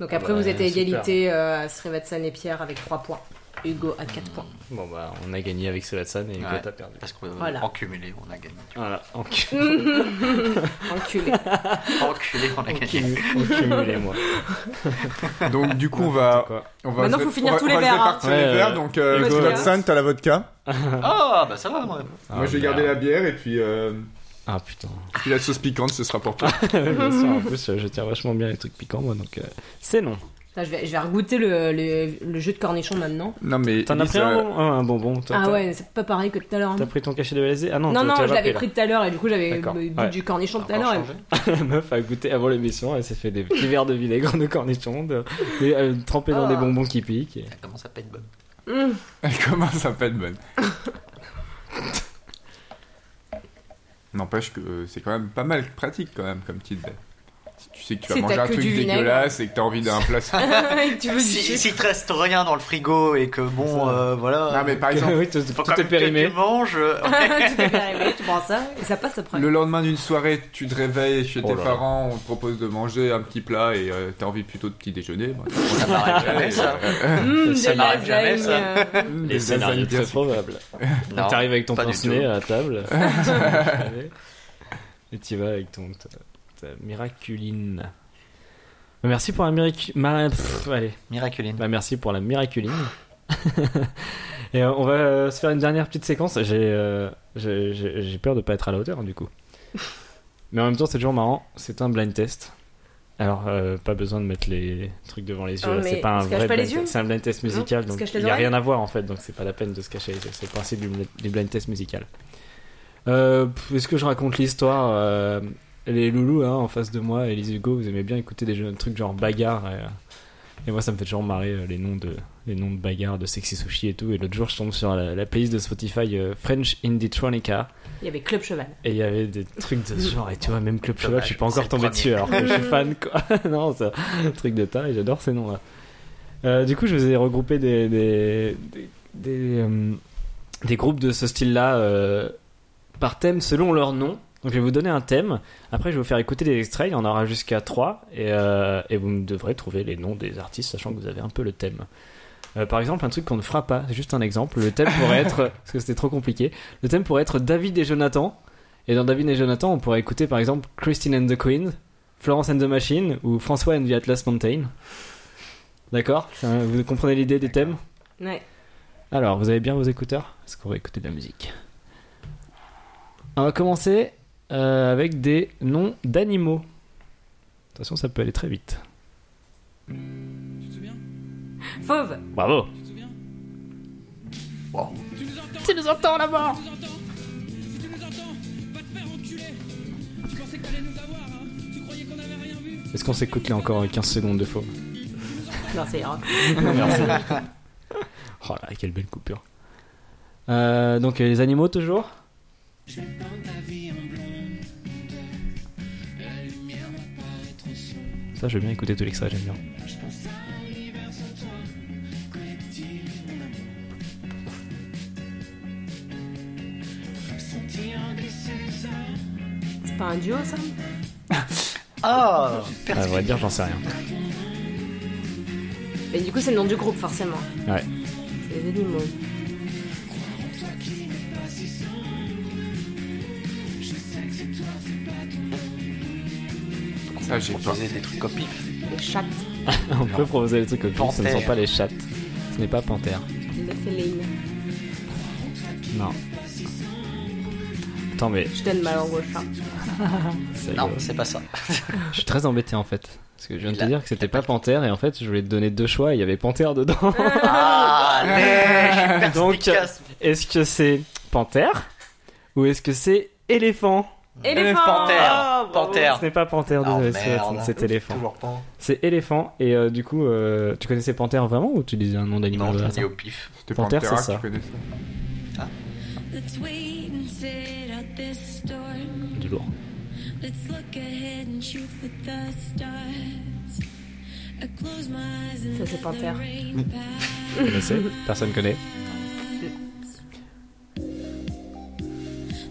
Donc Ah après, bah, vous êtes à super. égalité euh, à Srivatsan et Pierre avec 3 points. Hugo à 4 points. Bon bah, on a gagné avec Selatsan et Hugo Ouais. t'as perdu. Parce qu'en Voilà. cumulé, on a gagné. Voilà, en cu- Enculé. En culé, on a en gagné. cumu- en cumulé, moi. Donc du coup, on va. Quoi. On va Maintenant, se- faut finir on va- tous les on va se verres, hein. répartir les Ouais, verres, ouais. donc euh, Hugo, tu Vodka. vas te San, t'as la vodka. Ah, bah ça va, moi. Moi, je vais garder la bière et puis, euh, Ah putain. puis la sauce piquante, ce sera pour toi. Bien sûr, en plus, euh, je tiens vachement bien les trucs piquants, moi, donc euh, c'est non. Là, je, vais, je vais regoûter le, le, le jus de cornichon maintenant. non mais. T'en as Elise, pris euh, un bonbon, un bonbon toi, Ah t'as- ouais, c'est pas pareil que tout à l'heure. hein. T'as pris ton cachet de LSD Ah non, Non, tu- non, tu l'as je pas l'avais là. pris tout à l'heure et du coup, j'avais D'accord. bu Ouais. du cornichon tout à Encore l'heure. changé. La meuf a goûté avant l'émission, elle s'est fait des petits verres de vinaigre de cornichon, de, de- euh, trempés dans Ah. des bonbons qui piquent. et- Ça commence à pas être bonne. et- Mmh. Elle commence à pas être bonne. euh, N'empêche que c'est quand même pas mal pratique quand même comme petite baie. si tu sais que tu vas C'est manger t'as un que truc du vinaigre. dégueulasse et que t'as envie d'un plat. simple. Et tu veux du Si, sucre. s'il te reste rien dans le frigo et que bon, Ça. euh, voilà. non, mais par exemple, oui, tout, faut tout quand est même que périmé. Tu manges. euh, tu peux faire arriver, tu prends ça et ça passe après. le lendemain d'une soirée, tu te réveilles chez Oh tes là là. parents, on te propose de manger un petit plat et euh, t'as envie plutôt de petit déjeuner. bah, tu Ça m'arrive jamais, ça. Hum, Ça de m'arrive jamais, lasagne, ça. euh, prends Les des scénarios lasagnes bien très sucrées. probables. Ah, Non, T'arrives avec ton pas du pince-nez tout. à la table. et tu vas avec ton ta, ta miraculine. Merci pour la miraculine. allez, Miraculine. bah, merci pour la miraculine. et euh, on va euh, se faire une dernière petite séquence. J'ai euh, j'ai- j'ai j'ai peur de pas être à la hauteur du coup. Mais en même temps, c'est toujours marrant. C'est un blind test. Alors, euh, pas besoin de mettre les trucs devant les yeux. Oh, là, mais c'est pas un on se cache vrai pas les blind yeux test. C'est un blind test musical. on se donc cache les il n'y a oreilles rien à voir en fait. Donc c'est pas la peine de se cacher les yeux. C'est le principe du blind- du blind test musical. Euh, pff, Est-ce que je raconte l'histoire euh, Les loulous hein, en face de moi et les Hugo, vous aimez bien écouter des jeux- des trucs genre bagarre. Et, euh, et moi, ça me fait toujours marrer euh, les noms de les noms de bagarre, de sexy sushi et tout. Et l'autre jour, je tombe sur la, la playlist de Spotify euh, French Indie Tronica. Il y avait Club Cheval. Et il y avait des trucs de ce genre, et tu vois, même Club Cheval, je suis pas C'est encore le tombé premier. dessus alors que je suis fan quoi. non, c'est un truc de taille, j'adore ces noms là. du coup, je vous ai regroupé des, des, des, des, euh, des groupes de ce style là par thème selon leur nom. Donc je vais vous donner un thème, après je vais vous faire écouter des extraits, il y en aura jusqu'à 3 et, euh, et vous me devrez trouver les noms des artistes sachant que vous avez un peu le thème. Euh, par exemple, un truc qu'on ne fera pas, c'est juste un exemple. Le thème pourrait être, parce que c'était trop compliqué, le thème pourrait être David et Jonathan. Et dans David et Jonathan, on pourrait écouter par exemple Christine and the Queen, Florence and the Machine ou François and the Atlas Mountain. D'accord C'est un- Vous comprenez l'idée des thèmes Ouais. Alors, vous avez bien vos écouteurs Est-ce qu'on va écouter de la musique On va commencer euh, avec des noms d'animaux. Attention, ça peut aller très vite. Fauve. Bravo Tu nous entends là-bas hein. Est-ce qu'on s'écoute là encore 15 secondes de faux Non, c'est hein. ira. Merci. Oh là, quelle belle coupure. Euh, donc euh, les animaux toujours Ça, je vais bien écouter tout l'extrait, j'aime bien. C'est pas un duo, ça Ah Ah, à vrai dire, j'en sais rien. Mais du coup, c'est le nom du groupe, forcément. Ouais. Les animaux. Ça, j'ai pas. Proposer des trucs au pif. Les chattes. On peut proposer des trucs au pire, ce ne Panthère. sont pas les chattes. Ce n'est pas panthère. Les félines. Non. Attends, mais Je donne ma langue au chat. c'est- Non, c'est pas ça. je suis très embêté en fait. Parce que je viens de Il te a- dire que c'était pas panthère et en fait, je voulais te donner deux choix et il y avait panthère dedans. Ah, mais je suis Donc, perspicace. Est-ce que c'est panthère ou est-ce que c'est éléphant Éléphant Panthère. Oh, bravo. Panthère. Ce n'est pas panthère, Oh, désolé, c'est- merde. c'est éléphant. Toujours pas. C'est éléphant, et euh, du coup, euh, tu connaissais panthère vraiment ou tu disais un nom d'animal Non, je au l'ai hasard dit au pif. C'était Panthère, Pantera c'est ça. qui connaît ça. Let's wait and sit at this storm. Du lourd. Let's look ahead and shoot for the stars. I close my eyes and Ça, c'est let the Panthère. rain pass. Tu connaissais Personne connaît.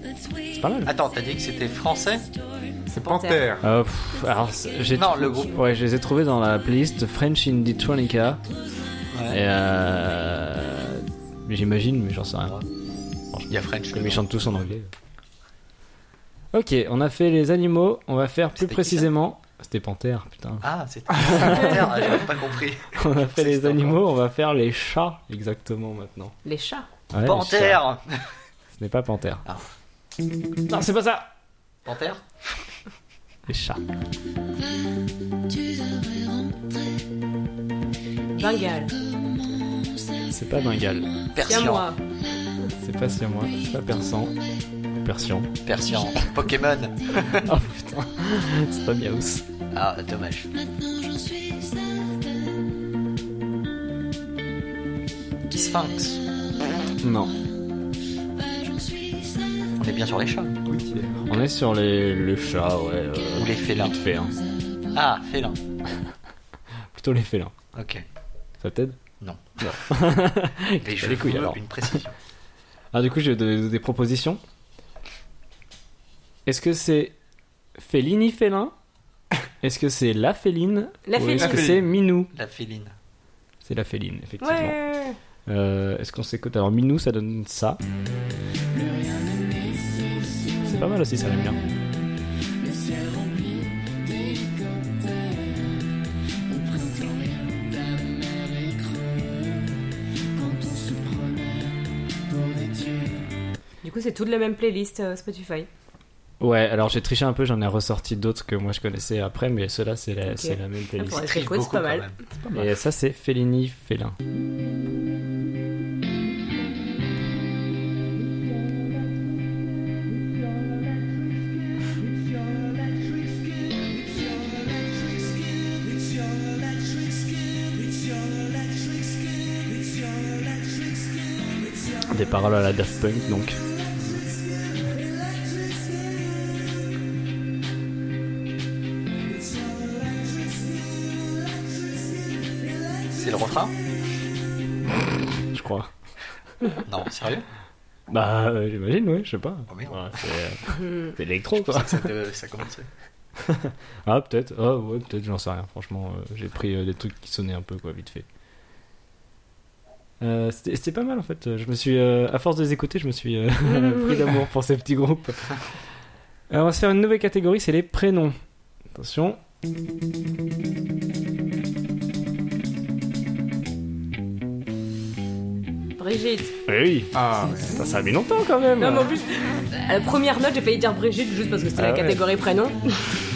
Let's wait. Pas mal. Attends, t'as dit que c'était français C'est Panthère. Euh, pff, alors, c'est- j'ai Non, trou- le groupe. Ouais, je les ai trouvés dans la playlist French Indie Tronica. Ouais. Et euh, J'imagine, mais j'en sais rien. Il y a French. Comme dedans. ils chantent tous en anglais. Ok, on a fait les animaux, on va faire plus C'était qui, ça précisément. C'était panthère, putain. Ah, c'était Panthère, ah, j'avais pas compris. On a fait C'est les ça, animaux, on va faire les chats exactement maintenant. Les chats. Ouais, les chats. Panthère Ce n'est pas panthère. Ah. Non, c'est pas ça Panthère Les chats. Tu devrais rentrer. Bengale. C'est pas bengal. Tiens, Persian. moi. C'est pas siamois, c'est pas persan. Persian. Persian. Pokémon. Oh putain, c'est pas miaous. Ah, dommage. Maintenant j'en suis certaine. Sphinx. Non. Bah, j'en suis certaine. On est bien sur les chats. On est sur les, le chat, ouais. euh, Ou les félins. vite fait, hein. Ah, félin. Plutôt les félins. Ok. Ça t'aide Non. T'as Mais je les couilles, veux alors. une précision. Ah, du coup, j'ai des, des propositions. Est-ce que c'est Fellini félin Est-ce que c'est la féline La Ou féline. est-ce La que féline. c'est Minou La féline. C'est la féline, effectivement. Ouais. Euh, Est-ce qu'on s'écoute Alors, Minou, ça donne ça. C'est pas mal aussi, ça j'aime bien. Du coup, c'est toute la même playlist euh, Spotify. Ouais, alors j'ai triché un peu, j'en ai ressorti d'autres que moi je connaissais après, mais ceux-là, c'est la, Ok. c'est la même playlist. Ouais, c'est Il triche cool, c'est beaucoup pas quand mal. même. Et ça, c'est Fellini Félin. Des paroles à la Daft Punk, donc. C'est le refrain Je crois. Non, sérieux Bah, euh, j'imagine, oui, je sais pas. Oh, merde. Ouais, c'est euh, c'est électro, quoi. Ça, devait- euh, ça commençait. Ah, peut-être. Ah, ouais, peut-être, j'en sais rien. Franchement, euh, j'ai pris euh, des trucs qui sonnaient un peu, quoi, vite fait. Euh, C'était c'était pas mal en fait. Euh, Je me suis, euh, à force de les écouter, je me suis euh, pris d'amour pour ces petits groupes. Alors, on va se faire une nouvelle catégorie, c'est les prénoms. Attention. Brigitte. Eh oui, Ah, ouais. ça, ça a mis longtemps quand même. Non, mais en plus, à la première note, j'ai failli dire Brigitte juste parce que c'était Ah la ouais. catégorie prénom.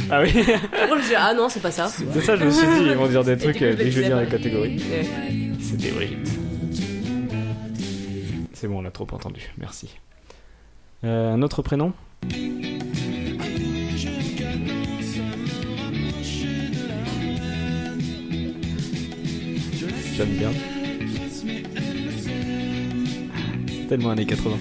Ah oui, Après, je me suis dit, ah non, c'est pas ça. c'est ça, je me suis dit, ils vont dire des trucs coup, euh, je dès que je vais les dire aime. les catégories. Ouais. C'était Brigitte. C'est bon, on l'a trop entendu, merci. Euh, un autre prénom J'aime bien. C'est tellement années 80.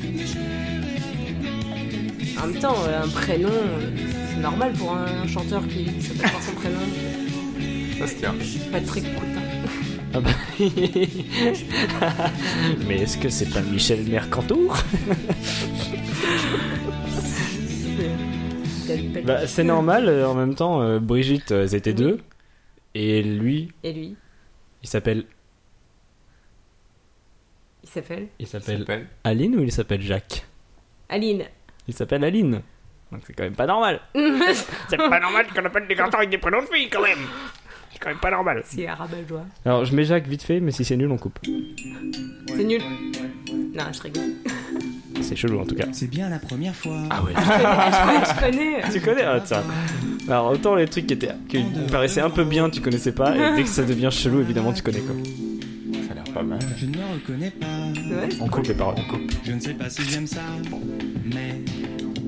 En même temps, euh, un prénom, euh, c'est normal pour un chanteur qui qui s'appelle par son prénom. ça se tient. Patrick Coutin. Ah bah. Mais est-ce que c'est pas Michel Mercantour Bah, c'est normal, euh, en même temps, euh, Brigitte, euh, elles étaient deux. Et lui, Et lui, il s'appelle. il s'appelle Il Ça s'appelle s'appelle. Aline ou il s'appelle Jacques Aline. Il s'appelle Aline. Donc c'est quand même pas normal. C'est pas normal qu'on appelle des garçons avec des prénoms de filles quand même. C'est quand même pas normal. c'est arabe à joie. Alors je mets Jacques vite fait, mais si c'est nul, on coupe. C'est nul. Non, je rigole. C'est chelou en tout cas. C'est bien la première fois. Ah ouais. je connais. tu connais ah, tiens. Alors autant les trucs qui, étaient, qui paraissaient un peu bien, tu connaissais pas. Et dès que ça devient chelou, évidemment, tu connais quoi. Ça a l'air pas mal. Je ne me reconnais pas. Ouais. On coupe les paroles. Je ne sais pas si j'aime ça. Mais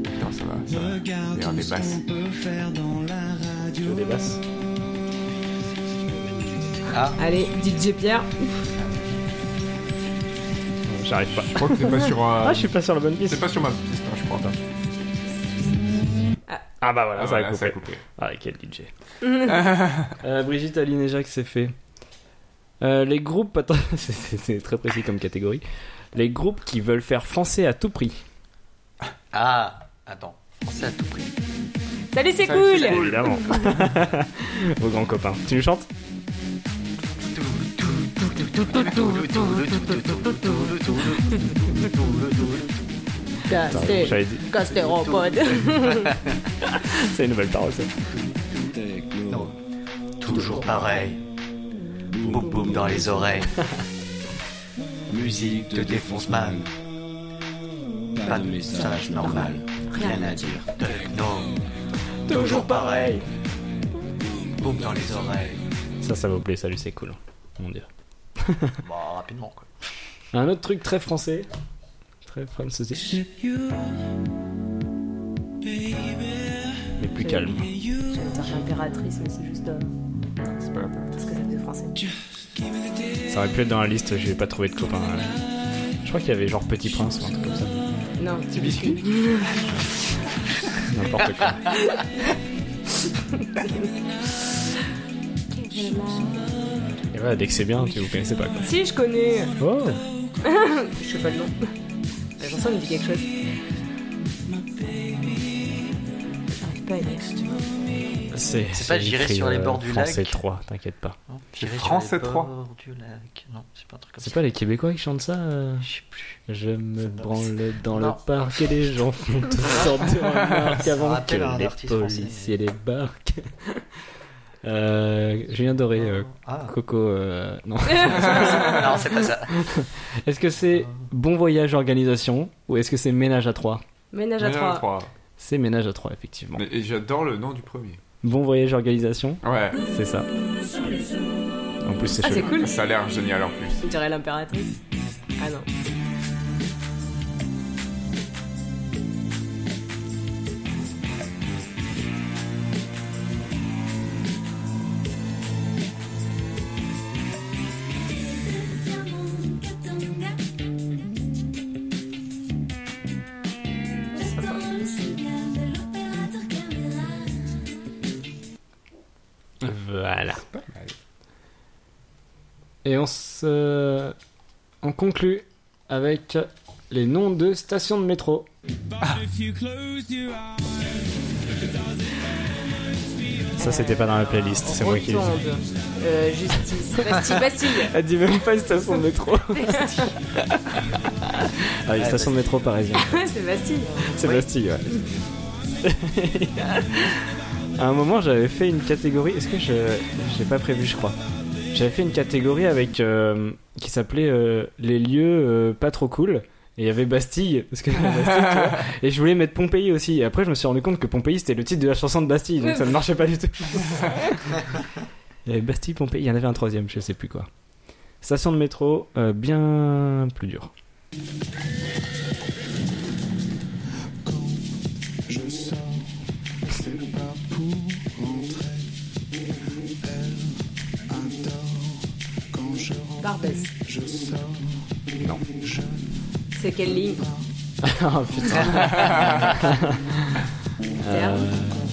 Putain, ça va. Ça va. regarde Regarde tout les ce basses. qu'on peut faire dans la Je radio. débasse. Allez, DJ Pierre. J'arrive pas. Je crois que c'est pas sur. euh, Ah, je suis pas sur la bonne C'est piste. pas sur ma piste, hein, je crois. Ah bah voilà, Ah, ça a voilà, coupé. coupé. Ah, quel DJ. Euh, Brigitte, Aline et Jacques, c'est fait. Euh, les groupes, attends, c'est- c'est c'est très précis comme catégorie. Les groupes qui veulent faire français à tout prix. Ah, attends. Français à tout prix. Salut, c'est Salut, cool. c'est Évidemment. Vos grands copains. Tu nous chantes Casté- J'avais dit. Castéropode. C'est une nouvelle parole ça. Toujours pareil. Boum boum dans les oreilles. Musique te défonce mal. Pas de message normal. Rien à dire. Techno. Toujours pareil. Boum dans les oreilles. Ça, ça va vous plaît, salut, c'est cool. hein. Mon dieu. Bon, rapidement quoi. Un autre truc très français. Très français. Mais plus calme. J'allais dire impératrice, mais c'est juste. euh, C'est pas grave. Parce que ça faisait français. Ça aurait pu être dans la liste, j'ai pas trouvé de copain. Je crois qu'il y avait genre Petit Prince ou un truc comme ça. Non, Petit biscuit. N'importe quoi. Et voilà, dès que c'est bien, tu vous connaissez pas quoi. Si, je connais. Oh Je sais pas le nom. La chanson me dit quelque chose. J'arrive pas à dire. C'est C'est pas J'irai écrit, sur les euh, bords du français lac. 3, t'inquiète pas. Non, j'irai sur Français les bords trois. du lac. Non, c'est pas un truc comme C'est ça. pas les Québécois qui chantent ça euh, Je sais plus. Je me pas- branle dans le Non. parc et les gens font toutes sortes de remarques Ça avant que rappelle un les artiste français. policiers débarquent. euh, Julien Doré, euh, Ah. Coco, euh, non. non, c'est pas ça. Est-ce que c'est Bon Voyage Organisation ou est-ce que c'est Ménage à 3 Ménage Il à y en a trois. trois. C'est Ménage à 3, effectivement. Mais- Et j'adore le nom du premier. Bon Voyage Organisation, Ouais, c'est ça. En plus, c'est Ah, c'est chelou. cool. ça a l'air génial en plus. On dirait l'impératrice. Ah non. Voilà. Et on se. On conclut avec les noms de stations de métro. Ah. Ça, c'était pas dans la playlist, c'est moi qui l'ai dit. Rotonde. Euh, justice. Bastille, Bastille. Elle dit Ah, même pas station de métro. ah, une station de métro parisienne. c'est Bastille. C'est Bastille, ouais. à un moment, j'avais fait une catégorie. Est-ce que je. J'ai pas prévu, je crois. J'avais fait une catégorie avec. euh, qui s'appelait euh, Les lieux euh, pas trop cool. Et il y avait Bastille. Parce que Bastille, tu vois. Et je voulais mettre Pompéi aussi. Et après, je me suis rendu compte que Pompéi, c'était le titre de la chanson de Bastille. Donc ça ne marchait pas du tout. il y avait Bastille, Pompéi. Il y en avait un troisième, je sais plus quoi. Station de métro, euh, bien plus dur. Je sors, c'est pas pour rentrer. Elle adore quand je rentre, Barbès. je sors. C'est quelle ligne Ah putain. Euh. Terre.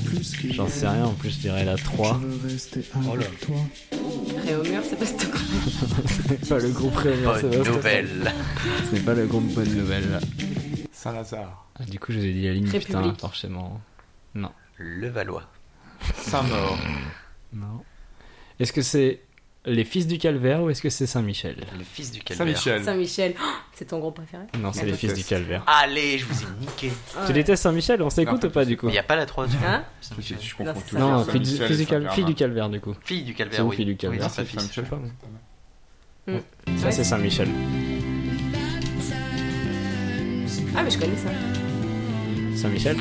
Plus qu'il J'en sais rien, en plus je dirais la 3. veut rester Oh là. avec toi. Réaumur, c'est pas ce C'est pas le groupe Réunion Bonne Sébastien. nouvelle. Ce n'est pas le groupe Bonne Nouvelle. Saint-Lazare. Ah, du coup, je vous ai dit la ligne, République. putain, forcément. Le Valois. Saint-Maur. Non. Est-ce que c'est les Fils du Calvaire ou est-ce que c'est Saint-Michel Le fils du calvaire. Saint-Michel. Saint-Michel. Oh, c'est ton groupe préféré Non, c'est les Fils du Calvaire. Allez, je vous ai niqué. Tu détestes Saint-Michel On s'écoute Non, ou pas du coup Mais y a pas la 3 dessus. Hein Je, je Non, comprends c'est tout. Non, Saint-Michel fils du, et fils du Cal- Saint-Bernard. fille du Calvaire du coup. Fille du C'est calvaire, une oui. fille du calvaire. Oui, c'est sa C'est fille. Saint-Michel. Ça, c'est Saint-Michel. Ah, mais je connais ça. Saint-Michel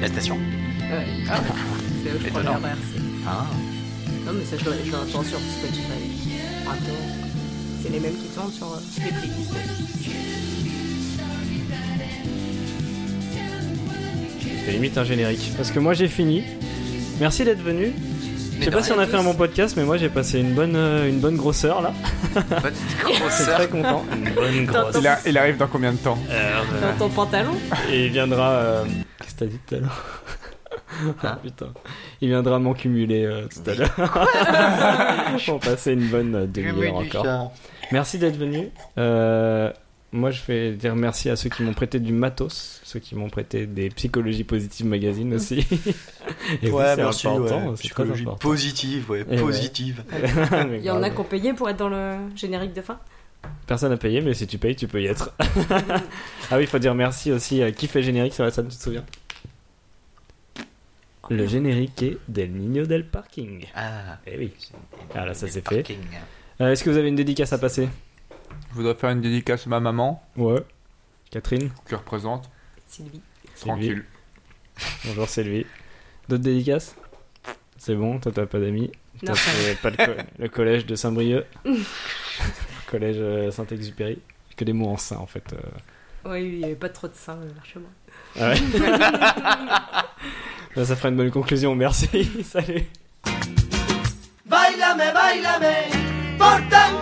La station. Ouais. Ah, c'est eux, je crois, Étonnant. l'horaire, c'est- Ah. Non, mais ça, je l'ai- je l'entends sur Spotify. Attends. C'est les mêmes qui tournent sur euh, les playlists. C'est limite un générique. Parce que moi j'ai fini. Merci d'être venu. Je sais pas si on a fait un bon podcast, mais moi j'ai passé une bonne, euh, une bonne grosseur là. Bonne Je suis grosseur. très content. Une bonne grosse. Il, a- il arrive dans combien de temps Dans ton pantalon Et il viendra. euh, Qu'est-ce que t'as dit tout à l'heure Ah putain. Il viendra m'en cumuler euh, tout à l'heure. Pour passer une bonne euh, demi-heure encore. Merci d'être venu. Euh, moi, je vais dire merci à ceux qui m'ont prêté du matos, ceux qui m'ont prêté des Psychologie Positive Magazine aussi. Et oui, c'est important, c'est très Psychologie important. positive, ouais, ouais. positive. Mais Il y en a grave. qui ont payé pour être dans le générique de fin. Personne n'a payé, mais si tu payes, tu peux y être. ah oui, il faut dire merci aussi à qui fait le générique sur la scène, tu te souviens Le générique est Del Niño del Parking. Ah. Eh oui. Ah là, ça c'est fait. Parking. Euh, Est-ce que vous avez une dédicace à passer Je voudrais faire une dédicace à ma maman, Ouais. Catherine qui représente. Sylvie. c'est lui. Tranquille. Bonjour, c'est lui. D'autres dédicaces C'est bon, toi t'as pas d'amis. Toi, Non. c'est pas le, co- le collège de Saint-Brieuc. Le collège euh, Saint-Exupéry. Que des mots en saint en fait. euh. Oui, il n'y avait pas trop de seins euh, chez moi. Ah ouais. Là, ça fera une bonne conclusion, merci. Salut. Báilame, báilame, pórtame